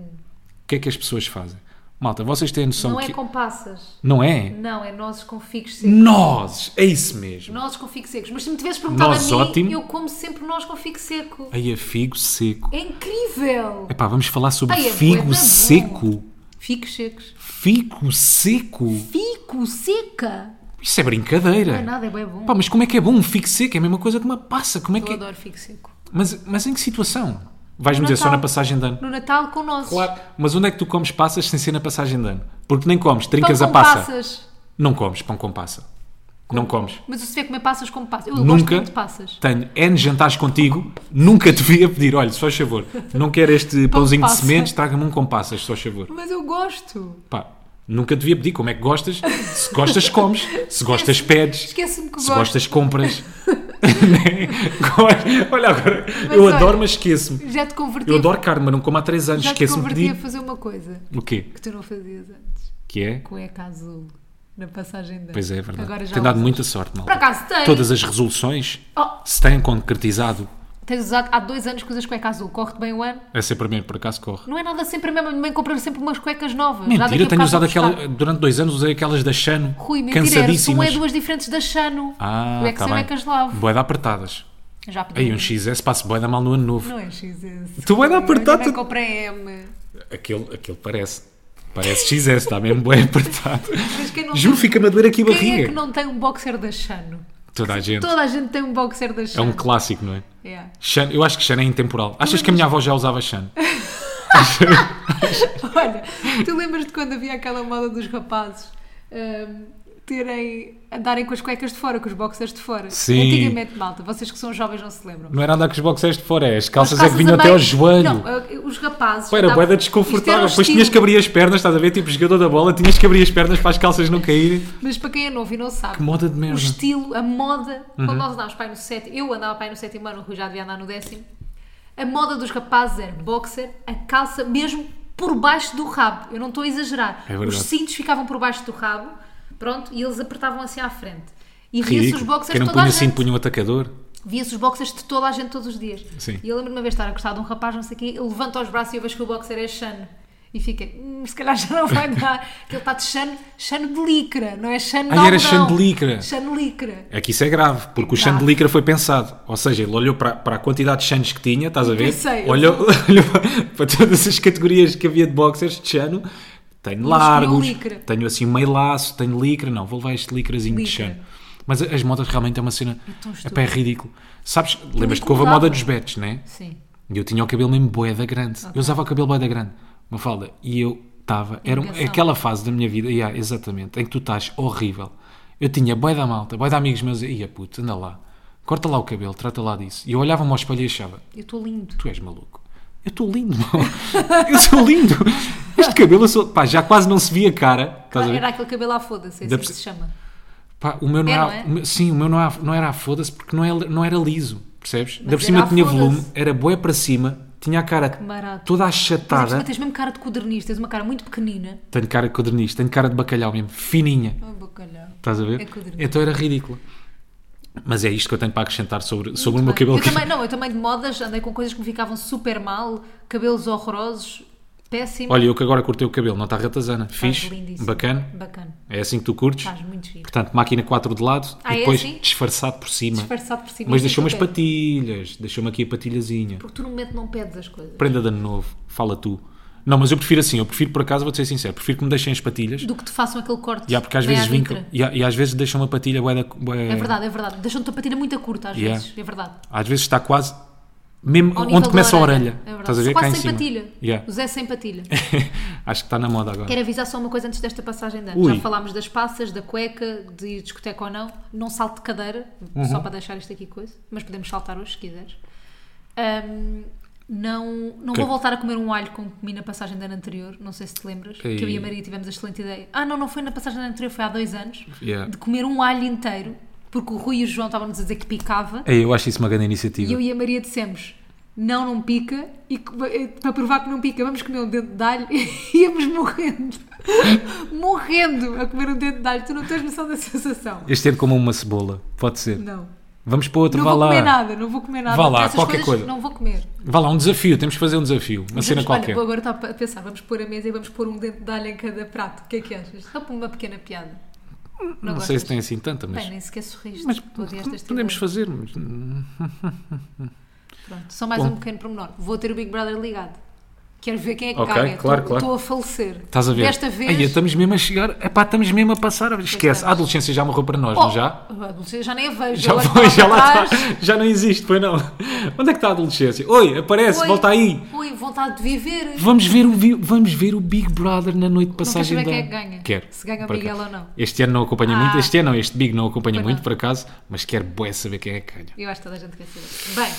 que é que as pessoas fazem? Malta, vocês têm a noção Hum. não que... é com passas. Não é? Não, é nozes com figos secos. Nozes! É isso mesmo. Nozes com figo secos. Mas se me tivesse perguntado Nozes, a mim, ótimo. eu como sempre nozes com figo seco. Aí é figo seco. É incrível! Epá, vamos falar sobre Ai, é bué da figo bom. seco. Figos secos. Figo seco? Fico seca! Isso é brincadeira. Não é nada, é bem bom. Pá, mas como é que é bom um figo seco? É a mesma coisa que uma passa. Como é eu que é? adoro figo seco. Mas, mas em que situação? Vais-me No dizer só Natal. na passagem de ano. No Natal com nozes. Claro, mas onde é que tu comes passas sem ser na passagem de ano? Porque nem comes, trincas Pão a com passa. passas. Não comes pão com passa. Não comes. Mas eu se tiver que comer passas, como passas. Eu gosto Nunca muito de passas. tenho N jantares contigo, nunca te vi a pedir. Olha, só favor, não quero este Pão com pãozinho de passa. sementes, traga-me um com passas, só favor. Mas eu gosto. Pá, nunca devia pedir como é que gostas. Se gostas, comes. Se gostas, pedes. Esquece-me que Se gosto. gostas, *laughs* compras. *laughs* Né? Gosto. Olha agora, Mas eu olha, adoro, mas esqueço-me. Já te converti, Eu a- adoro carne, mas não como há 3 anos. já te Esqueço-me de converti a pedir. fazer uma coisa O quê? que tu não fazias antes. Que é? Cueca azul. Na passagem da. Pois é, é verdade. Agora já Tem dado usas. muita sorte, Por malta. acaso tem. Todas as resoluções Oh, se têm concretizado. tens usado há dois anos que usas cueca azul. Corre-te bem o ano. Essa é para mim, por acaso corre. Não é nada sempre a mesma. A minha mãe compra sempre umas cuecas novas. Já daqui Mentira, a tenho bocado usado vou buscar. aquela. Durante dois anos usei aquelas da Shano. Rui, mentira, era- são é cansadíssimas. duas diferentes da é Shano. Ah, Cuecas tá são bem. cuecas lavo. Boeda apertadas. Já pedi. Aí um XS passa boeda mal no ano novo. Não é XS. Tu vai dar Eu apertado, também tu- comprei M. Aquele, aquele parece. Parece XS, está mesmo bem apertado. Mas quem não Juro, tem... fica-me a doer aqui a Quem é barriga. que não tem um boxer da Shano? Toda a gente. Toda a gente tem um boxer da É Shano. um clássico, não é? Yeah. Xan, eu acho que Xan é intemporal. Achas que a minha avó já usava Xan? *laughs* Olha, tu lembras-te quando havia aquela moda dos rapazes? hum, terem andarem com as cuecas de fora, com os boxers de fora. Sim. Antigamente, malta, vocês que são jovens não se lembram. Não era andar com os boxers de fora, é, as calças As é que vinham a até ao meio- joelho. Não, eh, os rapazes. Pô, era andavam- Isto boeda era desconfortável. um Depois tinhas que estilo. abrir as pernas, estás a ver? Tipo jogador da bola, tinhas que abrir as pernas para as calças não caírem. Mas para quem é novo e não sabe, Que moda de o merda. Uhum. estilo, a moda, quando nós andávamos pai no sétimo, eu andava pai no sétimo ano, o Rui já devia andar no décimo, a moda dos rapazes era boxer, a calça mesmo por baixo do rabo, eu não estou a exagerar. É verdade. os cintos ficavam por baixo do rabo, pronto, e eles apertavam assim à frente. E via-se os Ridículo. boxers Quem de não toda punha a assim, gente. punha um atacador. Via-se os boxers de toda a gente todos os dias. Sim. E eu lembro-me uma vez estar a gostar de um rapaz, não sei o quê, ele levanta os braços e eu vejo que o boxer é chano. E fica, "Hum, se calhar já não vai *laughs* dar. que ele está de chano, chano de licra, não é chano de Ah, era algodão. chano de licra. Chano de licra. É que isso é grave, porque o chão de Grave. licra foi pensado. Ou seja, ele olhou para, para a quantidade de chanos que tinha, estás a ver? Pensei, eu olhou *laughs* olhou para, para todas as categorias que havia de boxers de chano. Tenho largos, licra. tenho assim meio laço, tenho licra. Não, vou levar este licrazinho de Licra. chano. Mas a- as modas realmente é uma cena. tão É, estúpido. pá, é ridículo. Sabes, lembras-te que houve a incomodava. moda dos betes, não é? Sim. E eu tinha o cabelo mesmo boeda grande. Eu usava o cabelo boeda grande, uma falda. E eu estava. Era um- Negação. aquela fase da minha vida, yeah, exatamente, em que tu estás horrível. Eu tinha boeda malta, boeda amigos meus. Ia puto, anda lá, corta lá o cabelo, trata lá disso. E eu olhava-me ao espelho e achava: Eu estou lindo. tu és maluco. Eu estou *laughs* lindo, meu. Eu sou lindo. Este cabelo, eu sou. Pá, já quase não se via a cara. Estás a ver? Era aquele cabelo à foda-se, é assim Da que perce- se chama. Pá, o meu não É, era. não é? o meu- Sim, o meu não era, não era a foda-se porque não era, não era liso, percebes? da Mas por cima era a tinha foda-se. volume, era boé para cima, tinha a cara barato. toda Mas achatada. tu tens mesmo cara de codernista, tens uma cara muito pequenina. Tenho cara de codorniz, tenho cara de bacalhau mesmo, fininha, Oh, bacalhau. estás a ver? É codorniz. então era ridículo. Mas é isto que eu tenho para acrescentar sobre, sobre o meu Bem, cabelo. Eu também, não, eu também de modas andei com coisas que me ficavam super mal, cabelos horrorosos, péssimo. Olha, eu que agora cortei o cabelo, não está ratazana. Fiz, lindíssimo. bacana, Bacana. é assim que tu curtes. Estás muito giro. Portanto, máquina 4 de lado Ah, e é depois assim? disfarçado por cima. Disfarçado por cima. Mas Isso é deixou umas super. patilhas, deixou-me aqui a patilhazinha. Porque tu no momento não pedes as coisas. Prenda de ano novo, fala tu. Não, mas eu prefiro assim, eu prefiro por acaso, vou-te ser sincero, prefiro que me deixem as patilhas. Do que te façam aquele corte. Yeah, porque às bem vezes à vim mitra. com- yeah, e às vezes deixam uma patilha bué da- bué- É verdade, é verdade. Deixam-te a patilha muito curta às Yeah. vezes. É verdade. Às vezes está quase. Mesmo Ao nível onde da começa a orelha. É verdade. Estás a ver? Quase Cá em sem cima. patilha. Yeah. *laughs* O Zé sem patilha. Acho que está na moda agora. Quero avisar só uma coisa antes desta passagem de ano. Ui. Já falámos das passas, da cueca, de ir discoteca ou não. Não salto de cadeira, Uhum. só para deixar isto aqui coisa. Mas podemos saltar hoje, se quiseres. Ahm, não não Que- vou voltar a comer um alho como comi na passagem de ano anterior. Não sei se te lembras. Ei. Que eu e a Maria tivemos a excelente ideia. Ah, não, não foi na passagem de ano anterior, foi há dois anos. Yeah. De comer um alho inteiro. Porque o Rui e o João estavam-nos a dizer que picava. Ei, eu acho isso uma E grande iniciativa. eu e a Maria dissemos: não, não pica, e que- eh, para provar que não pica, vamos comer um dente de alho *laughs* e íamos morrendo, *laughs* morrendo a comer um dente de alho. Tu não tens noção da sensação. Este ano como uma cebola. Pode ser. Não. Vamos para outro, Não Então vá vou lá. comer nada, não vou comer nada. Vá lá, Essas qualquer coisas coisa. Não vou comer. Vá lá, um desafio. Temos que fazer um desafio. Uma cena Vamos- qualquer. Olha, agora está a pensar, vamos pôr a mesa e vamos pôr um dente de alho em cada prato. O que é que achas? Só por uma pequena piada. não sei se tem assim tanta, mas. Bem, nem sequer sorriste. mas Tu odiaste esta podemos ideia. fazer. mas- Pronto, só mais Bom. um pequeno pormenor. Vou ter o Big Brother ligado. Quero ver quem é que Ok, ganha. claro, Estou- Estou claro. a falecer. Estás a ver? Desta vez. Ei, estamos mesmo a chegar. Epá, estamos mesmo a passar. Esquece. estamos. A adolescência já morreu para nós, Oh, não então, já? a adolescência já nem a vejo. Já ela foi, está já lá atrás. está. Já não existe, foi não. Onde é que está a adolescência? Oi, aparece, Oi, volta aí. Oi, vontade de viver. Vamos ver, o, vi- vamos ver o Big Brother na noite de passagem saber quem de ano. é que ganha. Quero. Se ganha o Por Miguel acaso. ou não. Este ano não acompanha Ah. muito. Este ano não, este Big não acompanha Pois muito, não. por acaso. Mas quero bué saber quem é que ganha. Eu acho que toda a gente quer saber. Bem,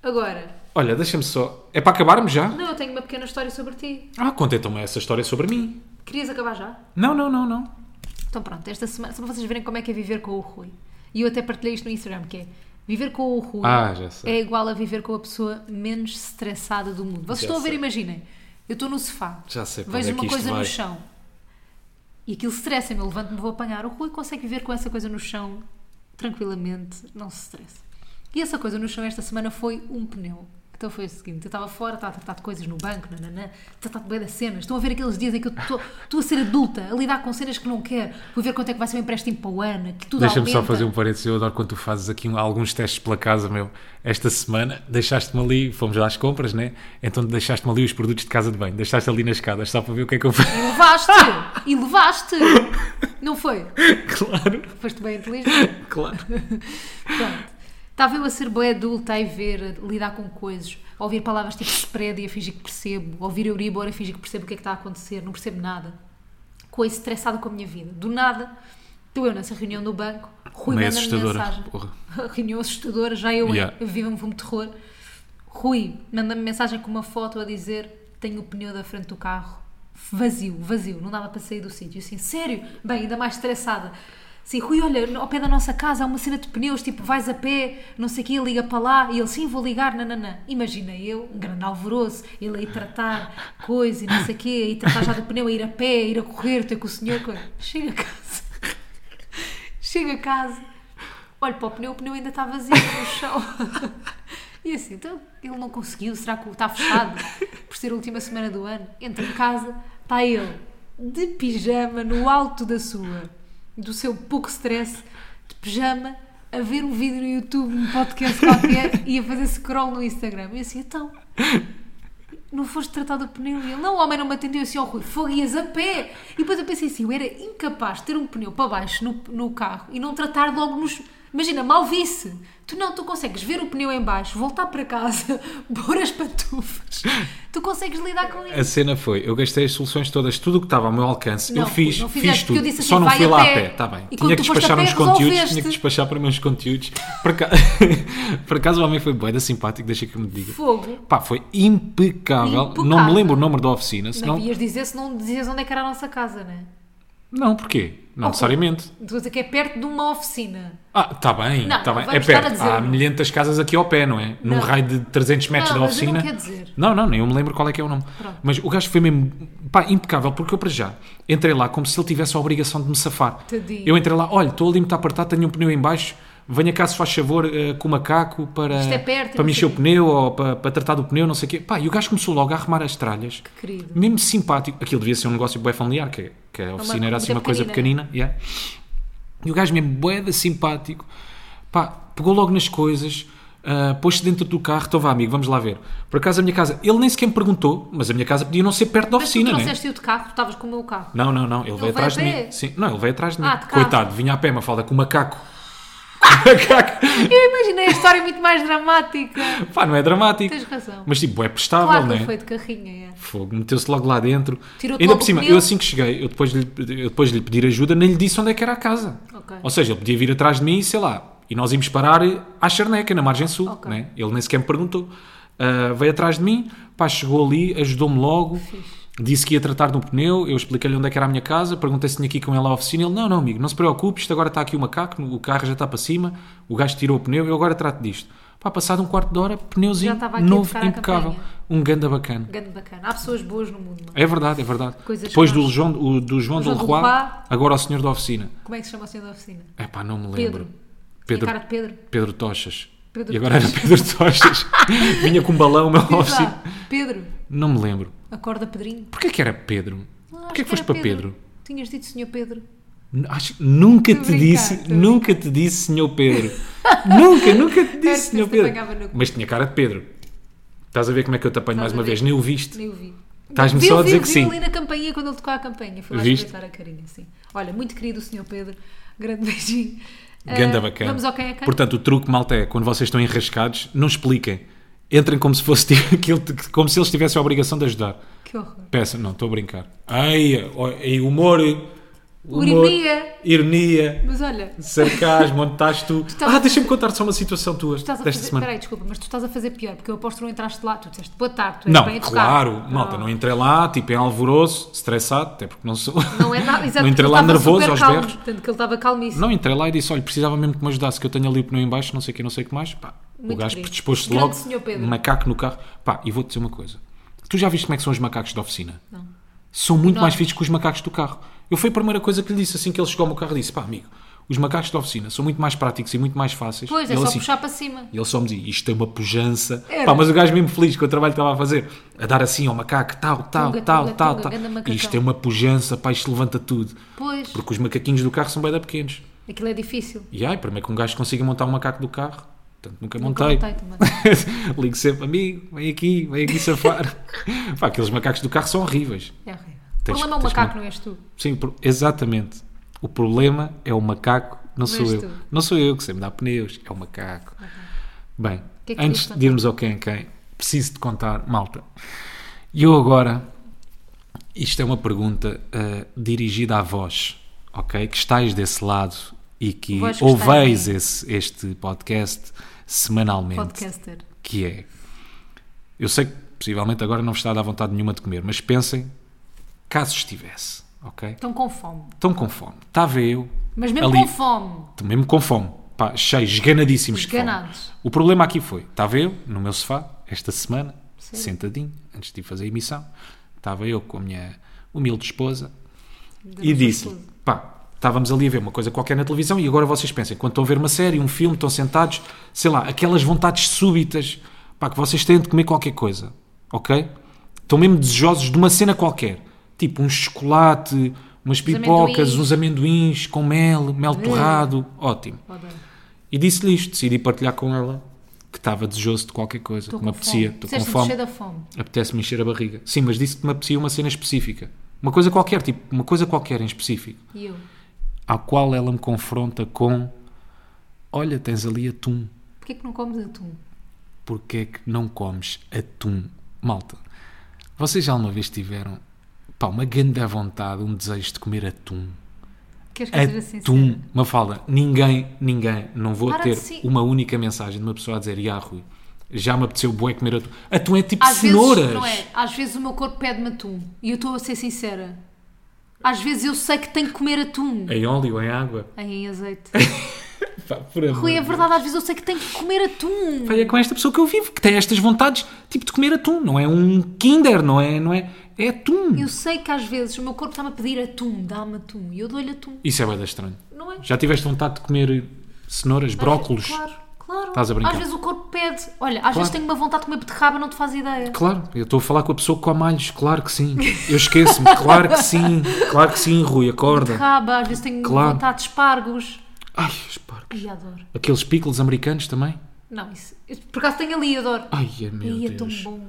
agora. Olha, deixa-me só... É para acabarmos já? Não, eu tenho uma pequena história sobre ti. Ah, conta então essa história sobre mim. Querias acabar já? Não, não, não, não. Então pronto, esta semana, só para vocês verem como é que é viver com o Rui. E eu até partilhei isto no Instagram, que é viver com o Rui Ah, já sei. é igual a viver com a pessoa menos estressada do mundo. Vocês Já estão a ver, sei. imaginem. Eu estou no sofá, Já sei para onde vejo é uma que isto coisa vai. no chão e aquilo estressa-me, eu levanto-me, vou apanhar. O Rui consegue viver com essa coisa no chão tranquilamente, não se estressa. E essa coisa no chão esta semana foi um pneu. Então foi o seguinte, eu estava fora, estava a tratar de coisas no banco, nananã, tratar de bem das cenas. Estão a ver aqueles dias em que eu estou estou a ser adulta, a lidar com cenas que não quero, vou ver quanto é que vai ser o empréstimo para o ano, que tudo Deixa-me só aumenta. fazer um parênteses. Eu adoro quando tu fazes aqui um, alguns testes pela casa, meu. Esta semana deixaste-me ali, fomos lá às compras, né? Então deixaste-me ali os produtos de casa de banho. Deixaste ali nas escadas só para ver o que é que eu *laughs* faço. E levaste! e levaste! Não foi? claro, Foste bem inteligente. claro. Pronto. Estava eu a ser boa adulta a ver, a lidar com coisas, a ouvir palavras tipo spread e a fingir que percebo, a ouvir Euribor e tá a fingir que percebo o que é que está a acontecer, não percebo nada. Coisa estressada com a minha vida. Do nada, Estou eu nessa reunião do banco, Rui Meio manda-me assustadora. mensagem. Porra. *laughs* reunião assustadora, já eu Yeah. eu vivo um filme de terror. Rui manda-me mensagem com uma foto a dizer: tenho o pneu da frente do carro vazio, vazio, não dava para sair do sítio. Eu Assim, sério? Bem, ainda mais estressada. Sim, Rui, olha, no- ao pé da nossa casa há uma cena de pneus, tipo, vais a pé, não sei o quê, liga para lá, e ele, sim, vou ligar, nananã. Imagina eu, um grande alvoroço, ele aí tratar coisa e não sei o quê, aí tratar já do pneu, a ir a pé, a ir a correr, ter com o senhor, coisa. chega a casa. Chego a casa, olho para o pneu, o pneu ainda está vazio no chão. E assim, então ele não conseguiu, será que está fechado por ser a última semana do ano? Entro em casa, está ele de pijama no alto da sua, do seu pouco stress, de pijama, a ver um vídeo no YouTube, um podcast qualquer e a fazer scroll no Instagram. E assim, então, não foste tratar do pneu. E ele, não, o homem não me atendeu assim ao Rui, fogo, ias a pé. E depois eu pensei assim, eu era incapaz de ter um pneu para baixo no, no carro e não tratar logo nos... Imagina, mal visse. Tu não, tu consegues ver o pneu em baixo, voltar para casa, *laughs* pôr as pantufas. Tu consegues lidar com A isso. cena foi, eu gastei as soluções todas, tudo o que estava ao meu alcance, Não, eu fiz, não fizeste, fiz porque tudo, eu disse assim, só não vai fui a lá pé. a pé, está bem. E quando tinha que tu foste a despachar pé, uns conteúdos, resolveste. tinha que despachar para meus conteúdos. Por acaso, *laughs* por acaso o homem foi bué da simpático, deixa que eu me diga. Fogo. Pá, foi impecável. Impecável. não me lembro o número da oficina, Não senão... ias dizer se não dizias onde é que era a nossa casa, né? Não, porquê? Oh, Não necessariamente. Estou a dizer que é perto de uma oficina. Ah, está bem, Não, está não bem. É vamos estar a perto. dizer Há não. milhentas casas aqui ao pé, não é? Num Não. raio de 300 metros Não, da mas eu não oficina. quero dizer. Não, não, nem eu me lembro qual é que é o nome. Pronto. Mas o gajo foi mesmo, pá, impecável, porque eu para já entrei lá como se ele tivesse a obrigação de me safar. Tadinho. Eu entrei lá, olha, estou ali muito apertado, tenho um pneu em baixo, venha cá se faz favor eh, com o macaco para, Isto é perto, para não me sei encher o quê. pneu ou para, para tratar do pneu, não sei o quê. Pá, e o gajo começou logo a arrumar as tralhas. Querido. Mesmo simpático. Aquilo devia ser um negócio bem familiar, que, que a oficina era assim É muito uma coisa pequenina. pequenina. yeah. E o gajo mesmo boeda simpático. Pá, pegou logo nas coisas, ah, pôs-se dentro do carro, então vá amigo, vamos lá ver. Por acaso a minha casa, ele nem sequer me perguntou, mas a minha casa podia não ser perto da Mas tu oficina, né? trouxeste-o de carro, tu estavas com o meu carro. Não, não, não, ele veio veio atrás a de pé? mim. Sim, não, ele veio atrás de mim. Ah, de carro. Coitado, vinha a pé, uma falda com o macaco. *laughs* Com o macaco. Eu imaginei a história muito mais dramática. Pá, não é dramático. Tens razão. Mas tipo, é prestável, Claro que não é? ele foi de carrinha, é. Fogo, meteu-se logo lá dentro. Tirou-te Ainda logo por o cima, pneu? eu assim que cheguei, eu depois, lhe, eu depois de lhe pedir ajuda, nem lhe disse onde é que era a casa. Ok. Ou seja, ele podia vir atrás de mim, sei lá, e nós íamos parar à Charneca, na margem sul. Ok. Né? Ele nem sequer me perguntou. Ah, veio atrás de mim, pá, chegou ali, ajudou-me logo, disse que ia tratar de um pneu, eu expliquei-lhe onde é que era a minha casa, perguntei se tinha aqui com ele à oficina, ele, não, não, amigo, não se preocupe, isto agora está aqui o macaco, o carro já está para cima, o gajo tirou o pneu, eu agora trato disto. Pá, passado um quarto de hora, pneuzinho estava aqui a novo, tocar a impecável, campainha. um ganda bacana. Grande bacana. Há pessoas boas no mundo, não é? É verdade, é verdade. Coisas Depois que nós- do João, o- do João do João do Leroy, Leroy. agora o senhor da oficina. Como é que se chama o senhor da oficina? É pá, não me Pedro. lembro. Pedro. Pedro, cara de *laughs* Pedro. Pedro Tochas. Pedro e agora era Pedro *laughs* Tochas. Vinha com um balão na Diz lá, oficina. Pedro, Não me lembro. acorda Pedrinho. Porquê que era Pedro? Ah, acho Porquê que era foste para Pedro? Tinhas dito senhor Pedro. N- Acho, nunca Estou a te brincar, disse, estou a nunca te disse senhor Pedro. nunca, nunca te Era disse que senhor se Pedro. apanhava no cu. Mas tinha cara de Pedro. Estás a ver como é que eu te apanho Estás mais a uma ver. vez? Nem o viste. Nem o vi. Estás-me Viu, só a viu, dizer que viu sim. ali na campainha quando ele tocou a campainha. Fui lá Viste? espreitar a carinha, sim. Olha, muito querido o senhor Pedro. Grande beijinho. Ganda Ah, bacana. Vamos ao quem é quem? Portanto, o truque, malta, é quando vocês estão enrascados, não expliquem. Entrem como se fosse tipo *laughs* aquilo de- como se eles tivessem a obrigação de ajudar. que horror. Peçam, não, estou a brincar. Ai, ó, e humor, humor, Ironia. ironia, Mas olha, tu sarcasmo, onde estás tu? estás a Ah, deixa-me contar só uma situação tua estás a desta fazer... semana. Peraí, desculpa, mas tu estás a fazer pior, porque eu aposto que não entraste lá. Tu disseste boa tarde, tu és Não, bem educado. claro, malta, Ah. não entrei lá, tipo, em alvoroço, estressado, até porque não sou. Não é nada, exato, *laughs* Não porque entrei ele lá estava nervoso super aos calmo, berros. Portanto, que ele estava calmíssimo. Não, entrei lá e disse, olha, precisava mesmo que me ajudasse, que eu tenho ali o pneu em baixo, não sei o que, não sei o que mais. Pá, o Muito gajo querido. predispôs-se Grande logo, senhor Pedro. macaco no carro. Pá, e vou-te dizer uma coisa. Tu já viste como é que são os macacos da oficina? Não. São muito Enormes. mais fixos que os macacos do carro. Eu fui a primeira coisa que lhe disse, assim que ele chegou ao meu carro, disse, pá, amigo, os macacos da oficina são muito mais práticos e muito mais fáceis. Pois, E é ele só assim, puxar para cima. e ele só me dizia, isto tem uma pujança. Era. Pá, mas o gajo mesmo feliz com o trabalho que estava a fazer. A dar assim ao macaco, tal, tal, Tunga, tal, tunga, tal, tunga, tal. ganda macacão. Isto tem uma pujança, pá, isto levanta tudo. Pois, Porque os macaquinhos do carro são bem da pequenos. aquilo é difícil. E ai, para mim é que um gajo consiga montar um macaco do carro. Portanto, nunca, Nunca montei. montei também. *laughs* Ligo sempre, amigo, vem aqui, vem *laughs* aqui safar. Pá, aqueles macacos do carro são horríveis. É horrível. O Tens- problema é o tens macaco, que- não és tu. Sim, por- exatamente. O problema é o macaco, não sou és eu. tu. Não sou eu que sempre dá pneus, é o macaco. Bem, que é que querias antes contar? de irmos ao quem é quem, preciso de contar, malta. E eu agora, isto é uma pergunta ah, eh, dirigida à vós. ok? Que estáis desse lado e que Vós que ouveis estáis aí. esse, este podcast semanalmente. Podcaster. Que é. Eu sei que possivelmente agora não vos está a dar vontade nenhuma de comer, mas pensem, caso estivesse, ok? Estão com fome. Estão com fome. Estava eu. Mas mesmo ali, com fome. Estou Mesmo com fome. Pá, cheios, esganadíssimos de fome. Esganados. O problema aqui foi, estava eu no meu sofá, esta semana, sentadinho, antes de ir fazer a emissão, estava eu com a minha humilde esposa e disse pá, estávamos ali a ver uma coisa qualquer na televisão e agora vocês pensem, quando estão a ver uma série, um filme, estão sentados, sei lá, aquelas vontades súbitas, pá, que vocês têm de comer qualquer coisa, ok? Estão mesmo desejosos de uma cena qualquer, tipo um chocolate, umas pipocas, amendoins. Hum. uns amendoins com mel, mel torrado, ótimo. Odeio. E disse-lhe isto, decidi partilhar com ela que estava desejoso de qualquer coisa, Estou que me com apetecia, fome. estou com Disseste-me fome, cheio da fome. apetece-me encher a barriga. Sim, mas disse que me apetecia uma cena específica, uma coisa qualquer, tipo, uma coisa qualquer em específico, E eu? à qual ela me confronta com: Olha, tens ali atum, Porquê que não comes atum? porque é que não comes atum? Malta, vocês já alguma vez tiveram pá, uma grande vontade, um desejo de comer atum? Queres que eu seja É Atum, sincera? uma falda. Ninguém, ninguém, não vou Para ter de si- uma única mensagem de uma pessoa a dizer, "Ya, Rui, já me apeteceu bué comer atum. Atum é tipo Às cenouras. vezes, não é? Às vezes o meu corpo pede-me atum. E eu estou a ser sincera. Às vezes eu sei que tenho que comer atum. Em óleo, em água. Ai, em azeite. Pá, por amor. Rui, é verdade, às vezes eu sei que tenho que comer atum. Pá, é com esta pessoa que eu vivo, que tem estas vontades, tipo de comer atum. Não é um kinder, não é? Não é, é atum. Eu sei que às vezes o meu corpo está-me a pedir atum, dá-me atum. E eu dou-lhe atum. Isso é bué da estranho. Não é? Já tiveste vontade de comer cenouras, brócolos? Claro, claro. Estás a brincar. Às vezes o corpo pede. Olha, às vezes tenho uma vontade de comer beterraba, não te faz ideia. Claro, eu estou a falar com a pessoa que come alhos, claro que sim. Eu esqueço-me, claro que sim, claro que sim, Rui, acorda. Beterraba, às vezes tenho Claro. vontade de espargos. Ai, os porcos. Ai, adoro. Aqueles pickles americanos também? Não, isso. eu, Por acaso tenho ali, adoro. Ai, meu Ai, é tão Deus. bom.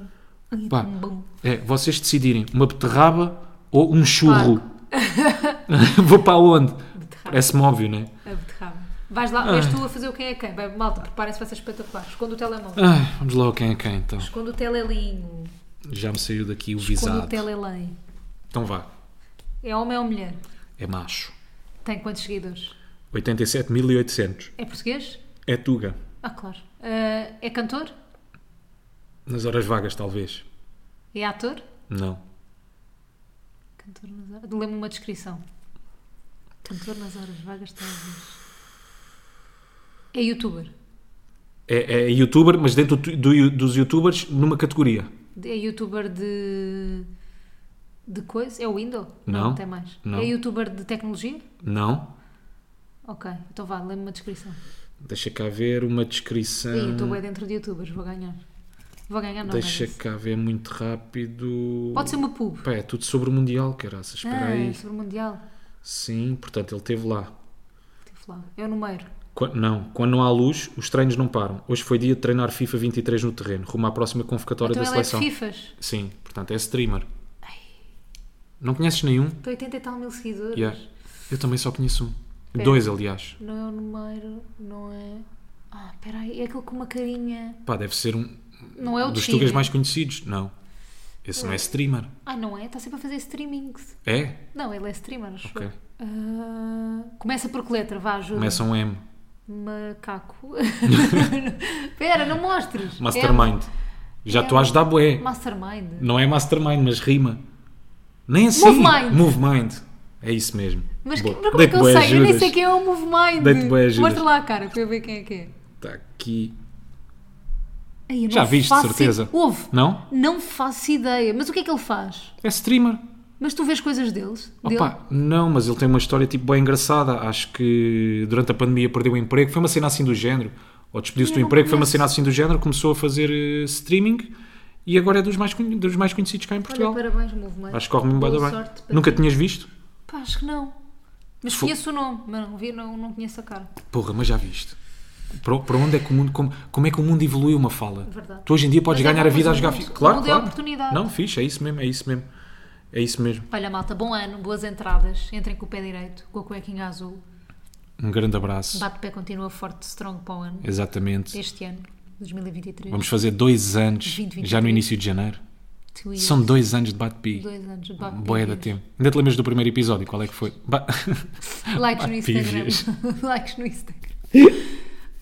Ai, é Pá. tão bom. É, vocês decidirem, uma beterraba ou um churro. *laughs* Vou para onde? Parece-me óbvio, não é? A beterraba. Vais Ah. lá, vais tu a fazer o quem é quem. Vai, malta, preparem-se para ser espetacular. Esconde o telemóvel. Ai, vamos lá ao quem é quem, então. Esconde o telelinho. Já me saiu daqui o Esconde o visado. telelém. Então vá, É homem ou mulher? é macho. Tem quantos seguidores? 87.800. É português? É Tuga. Ah, claro. Ah, é cantor? Nas horas vagas, talvez. É ator? Não. Cantor nas horas. Lê-me uma descrição. Cantor nas horas vagas, talvez. É youtuber. É, é youtuber, mas dentro do- do- dos youtubers, numa categoria. É youtuber de. de coisa? É o Windows? Não, tem mais. não. É youtuber de tecnologia? Não. Ok, então vá, lê-me uma descrição. Deixa cá ver uma descrição. Ih, estou bem dentro de youtubers, vou ganhar. Vou ganhar, não. Deixa mas- cá ver muito rápido. é Pode ser uma pub. Pá, é tudo sobre o Mundial, caraças. Espera Ah, aí. sobre o Mundial. Sim, portanto, ele esteve lá. Tive lá. É o número. Qua- não, quando não há luz, os treinos não param. Hoje foi dia de treinar FIFA 23 no terreno, rumo à próxima convocatória Então da ele é de seleção. FIFAs. Sim, portanto, é streamer. Não conheces nenhum? Tem 80 e tal mil seguidores. Yeah. Eu também só conheço um. Dois, aliás. Não é o número, não é. Ah, peraí, é aquele com uma carinha. Pá, deve ser um Não é o dos Chile. tugas mais conhecidos. Não. Esse não é streamer. Ah, não é? Está sempre a fazer streamings. É? Não, ele é streamer, acho Ok. eu. Ah, começa por que letra, vá, ajuda. Começa um M. Macaco. *laughs* Pera, não mostres. Mastermind. Já estou a ajudar É bué. mastermind. Não é Mastermind, mas rima. Nem assim. Movemind. Movemind. É isso mesmo. Mas, que- Boa. mas como é Dei-te que eu bué sei? Eu nem ajudas. sei quem é o Movemind. Dei-te bué ajudas. Mostra lá a cara para eu ver quem é que é. Está Tá aqui. Ai, eu não Já viste, faço certeza. i- Ouve. Não? Não faço ideia. Mas o que é que ele faz? É streamer. Mas tu vês coisas deles? Dele? Opa, não, mas ele tem uma história tipo bem engraçada. Acho que durante a pandemia perdeu o emprego. Foi uma cena assim do género. Ou despediu-se Eu do não emprego. Foi uma conheço. cena assim do género. Começou a fazer eh, streaming e agora é dos mais, conhe- dos mais conhecidos cá em Olha, Portugal. parabéns, Movemind. Acho que corre-me bem. Boa bem. sorte para Nunca ti. tinhas visto? Pá, acho que não. Mas Fo- conheço o nome, mas não, vi, não, não conheço a cara. Porra, mas já viste. Para, para onde é que o mundo. Como, como é que o mundo evoluiu uma fala? Verdade. Tu hoje em dia podes Mas é ganhar bom, a vida a mas jogar o mundo- FIFA. o Claro, mundo é claro. oportunidade. Não, fixe, é isso mesmo, é isso mesmo. É isso mesmo. Olha, malta, bom ano, boas entradas. Entrem com o pé direito, com a cuequinha azul. Um grande abraço. Bate-pé continua forte, strong para o ano. Exatamente. Este ano, 2023. Vamos fazer dois anos 20, 23. já no início de janeiro. Tu e São eu. dois anos de Bat-Pi. dois anos. Bate Boia da pívias. tempo. Ainda te lembras do primeiro episódio? Qual é que foi? Ba- *laughs* Likes no Bate Instagram. pívias. *laughs* Likes no Instagram.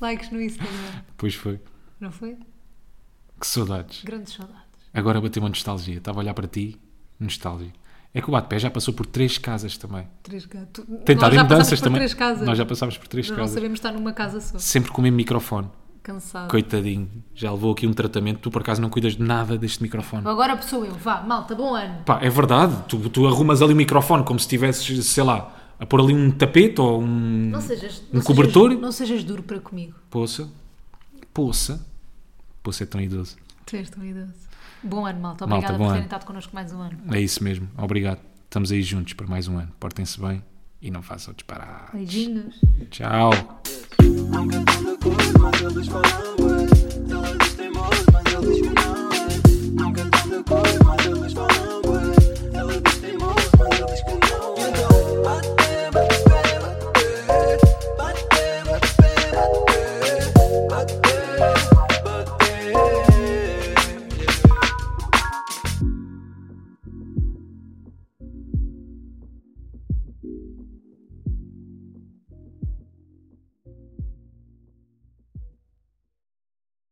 Likes no Instagram. pois foi. Não foi? Que saudades. Grandes saudades. Agora bateu uma nostalgia. Estava a olhar para ti, nostalgia. É que o Bate-Pé já passou por três casas também. Três gatos. Tem Nós estado em já mudanças passámos por também. três casas. Nós já passámos por três Nós não casas. sabemos estar numa casa só. Sempre com o mesmo microfone. Cansado. Coitadinho. Já levou aqui um tratamento. Tu, por acaso, não cuidas de nada deste microfone. Agora sou eu. Vá, malta, bom ano. Pá, é verdade. Tu, tu arrumas ali o microfone como se tivesses, sei lá, a pôr ali um tapete ou um... Não sejas, Um não sejas- cobertor? não sejas duro para comigo. Poça. Poça. Poça é tão idoso. Tu és tão idoso. Bom ano, malta. Malta, Obrigada bom por terem ano. estado connosco mais um ano. É isso mesmo. Obrigado. Estamos aí juntos para mais um ano. Portem-se bem e não façam disparar. Beijinhos. Tchau. Nunca tanta cor, mas eles falam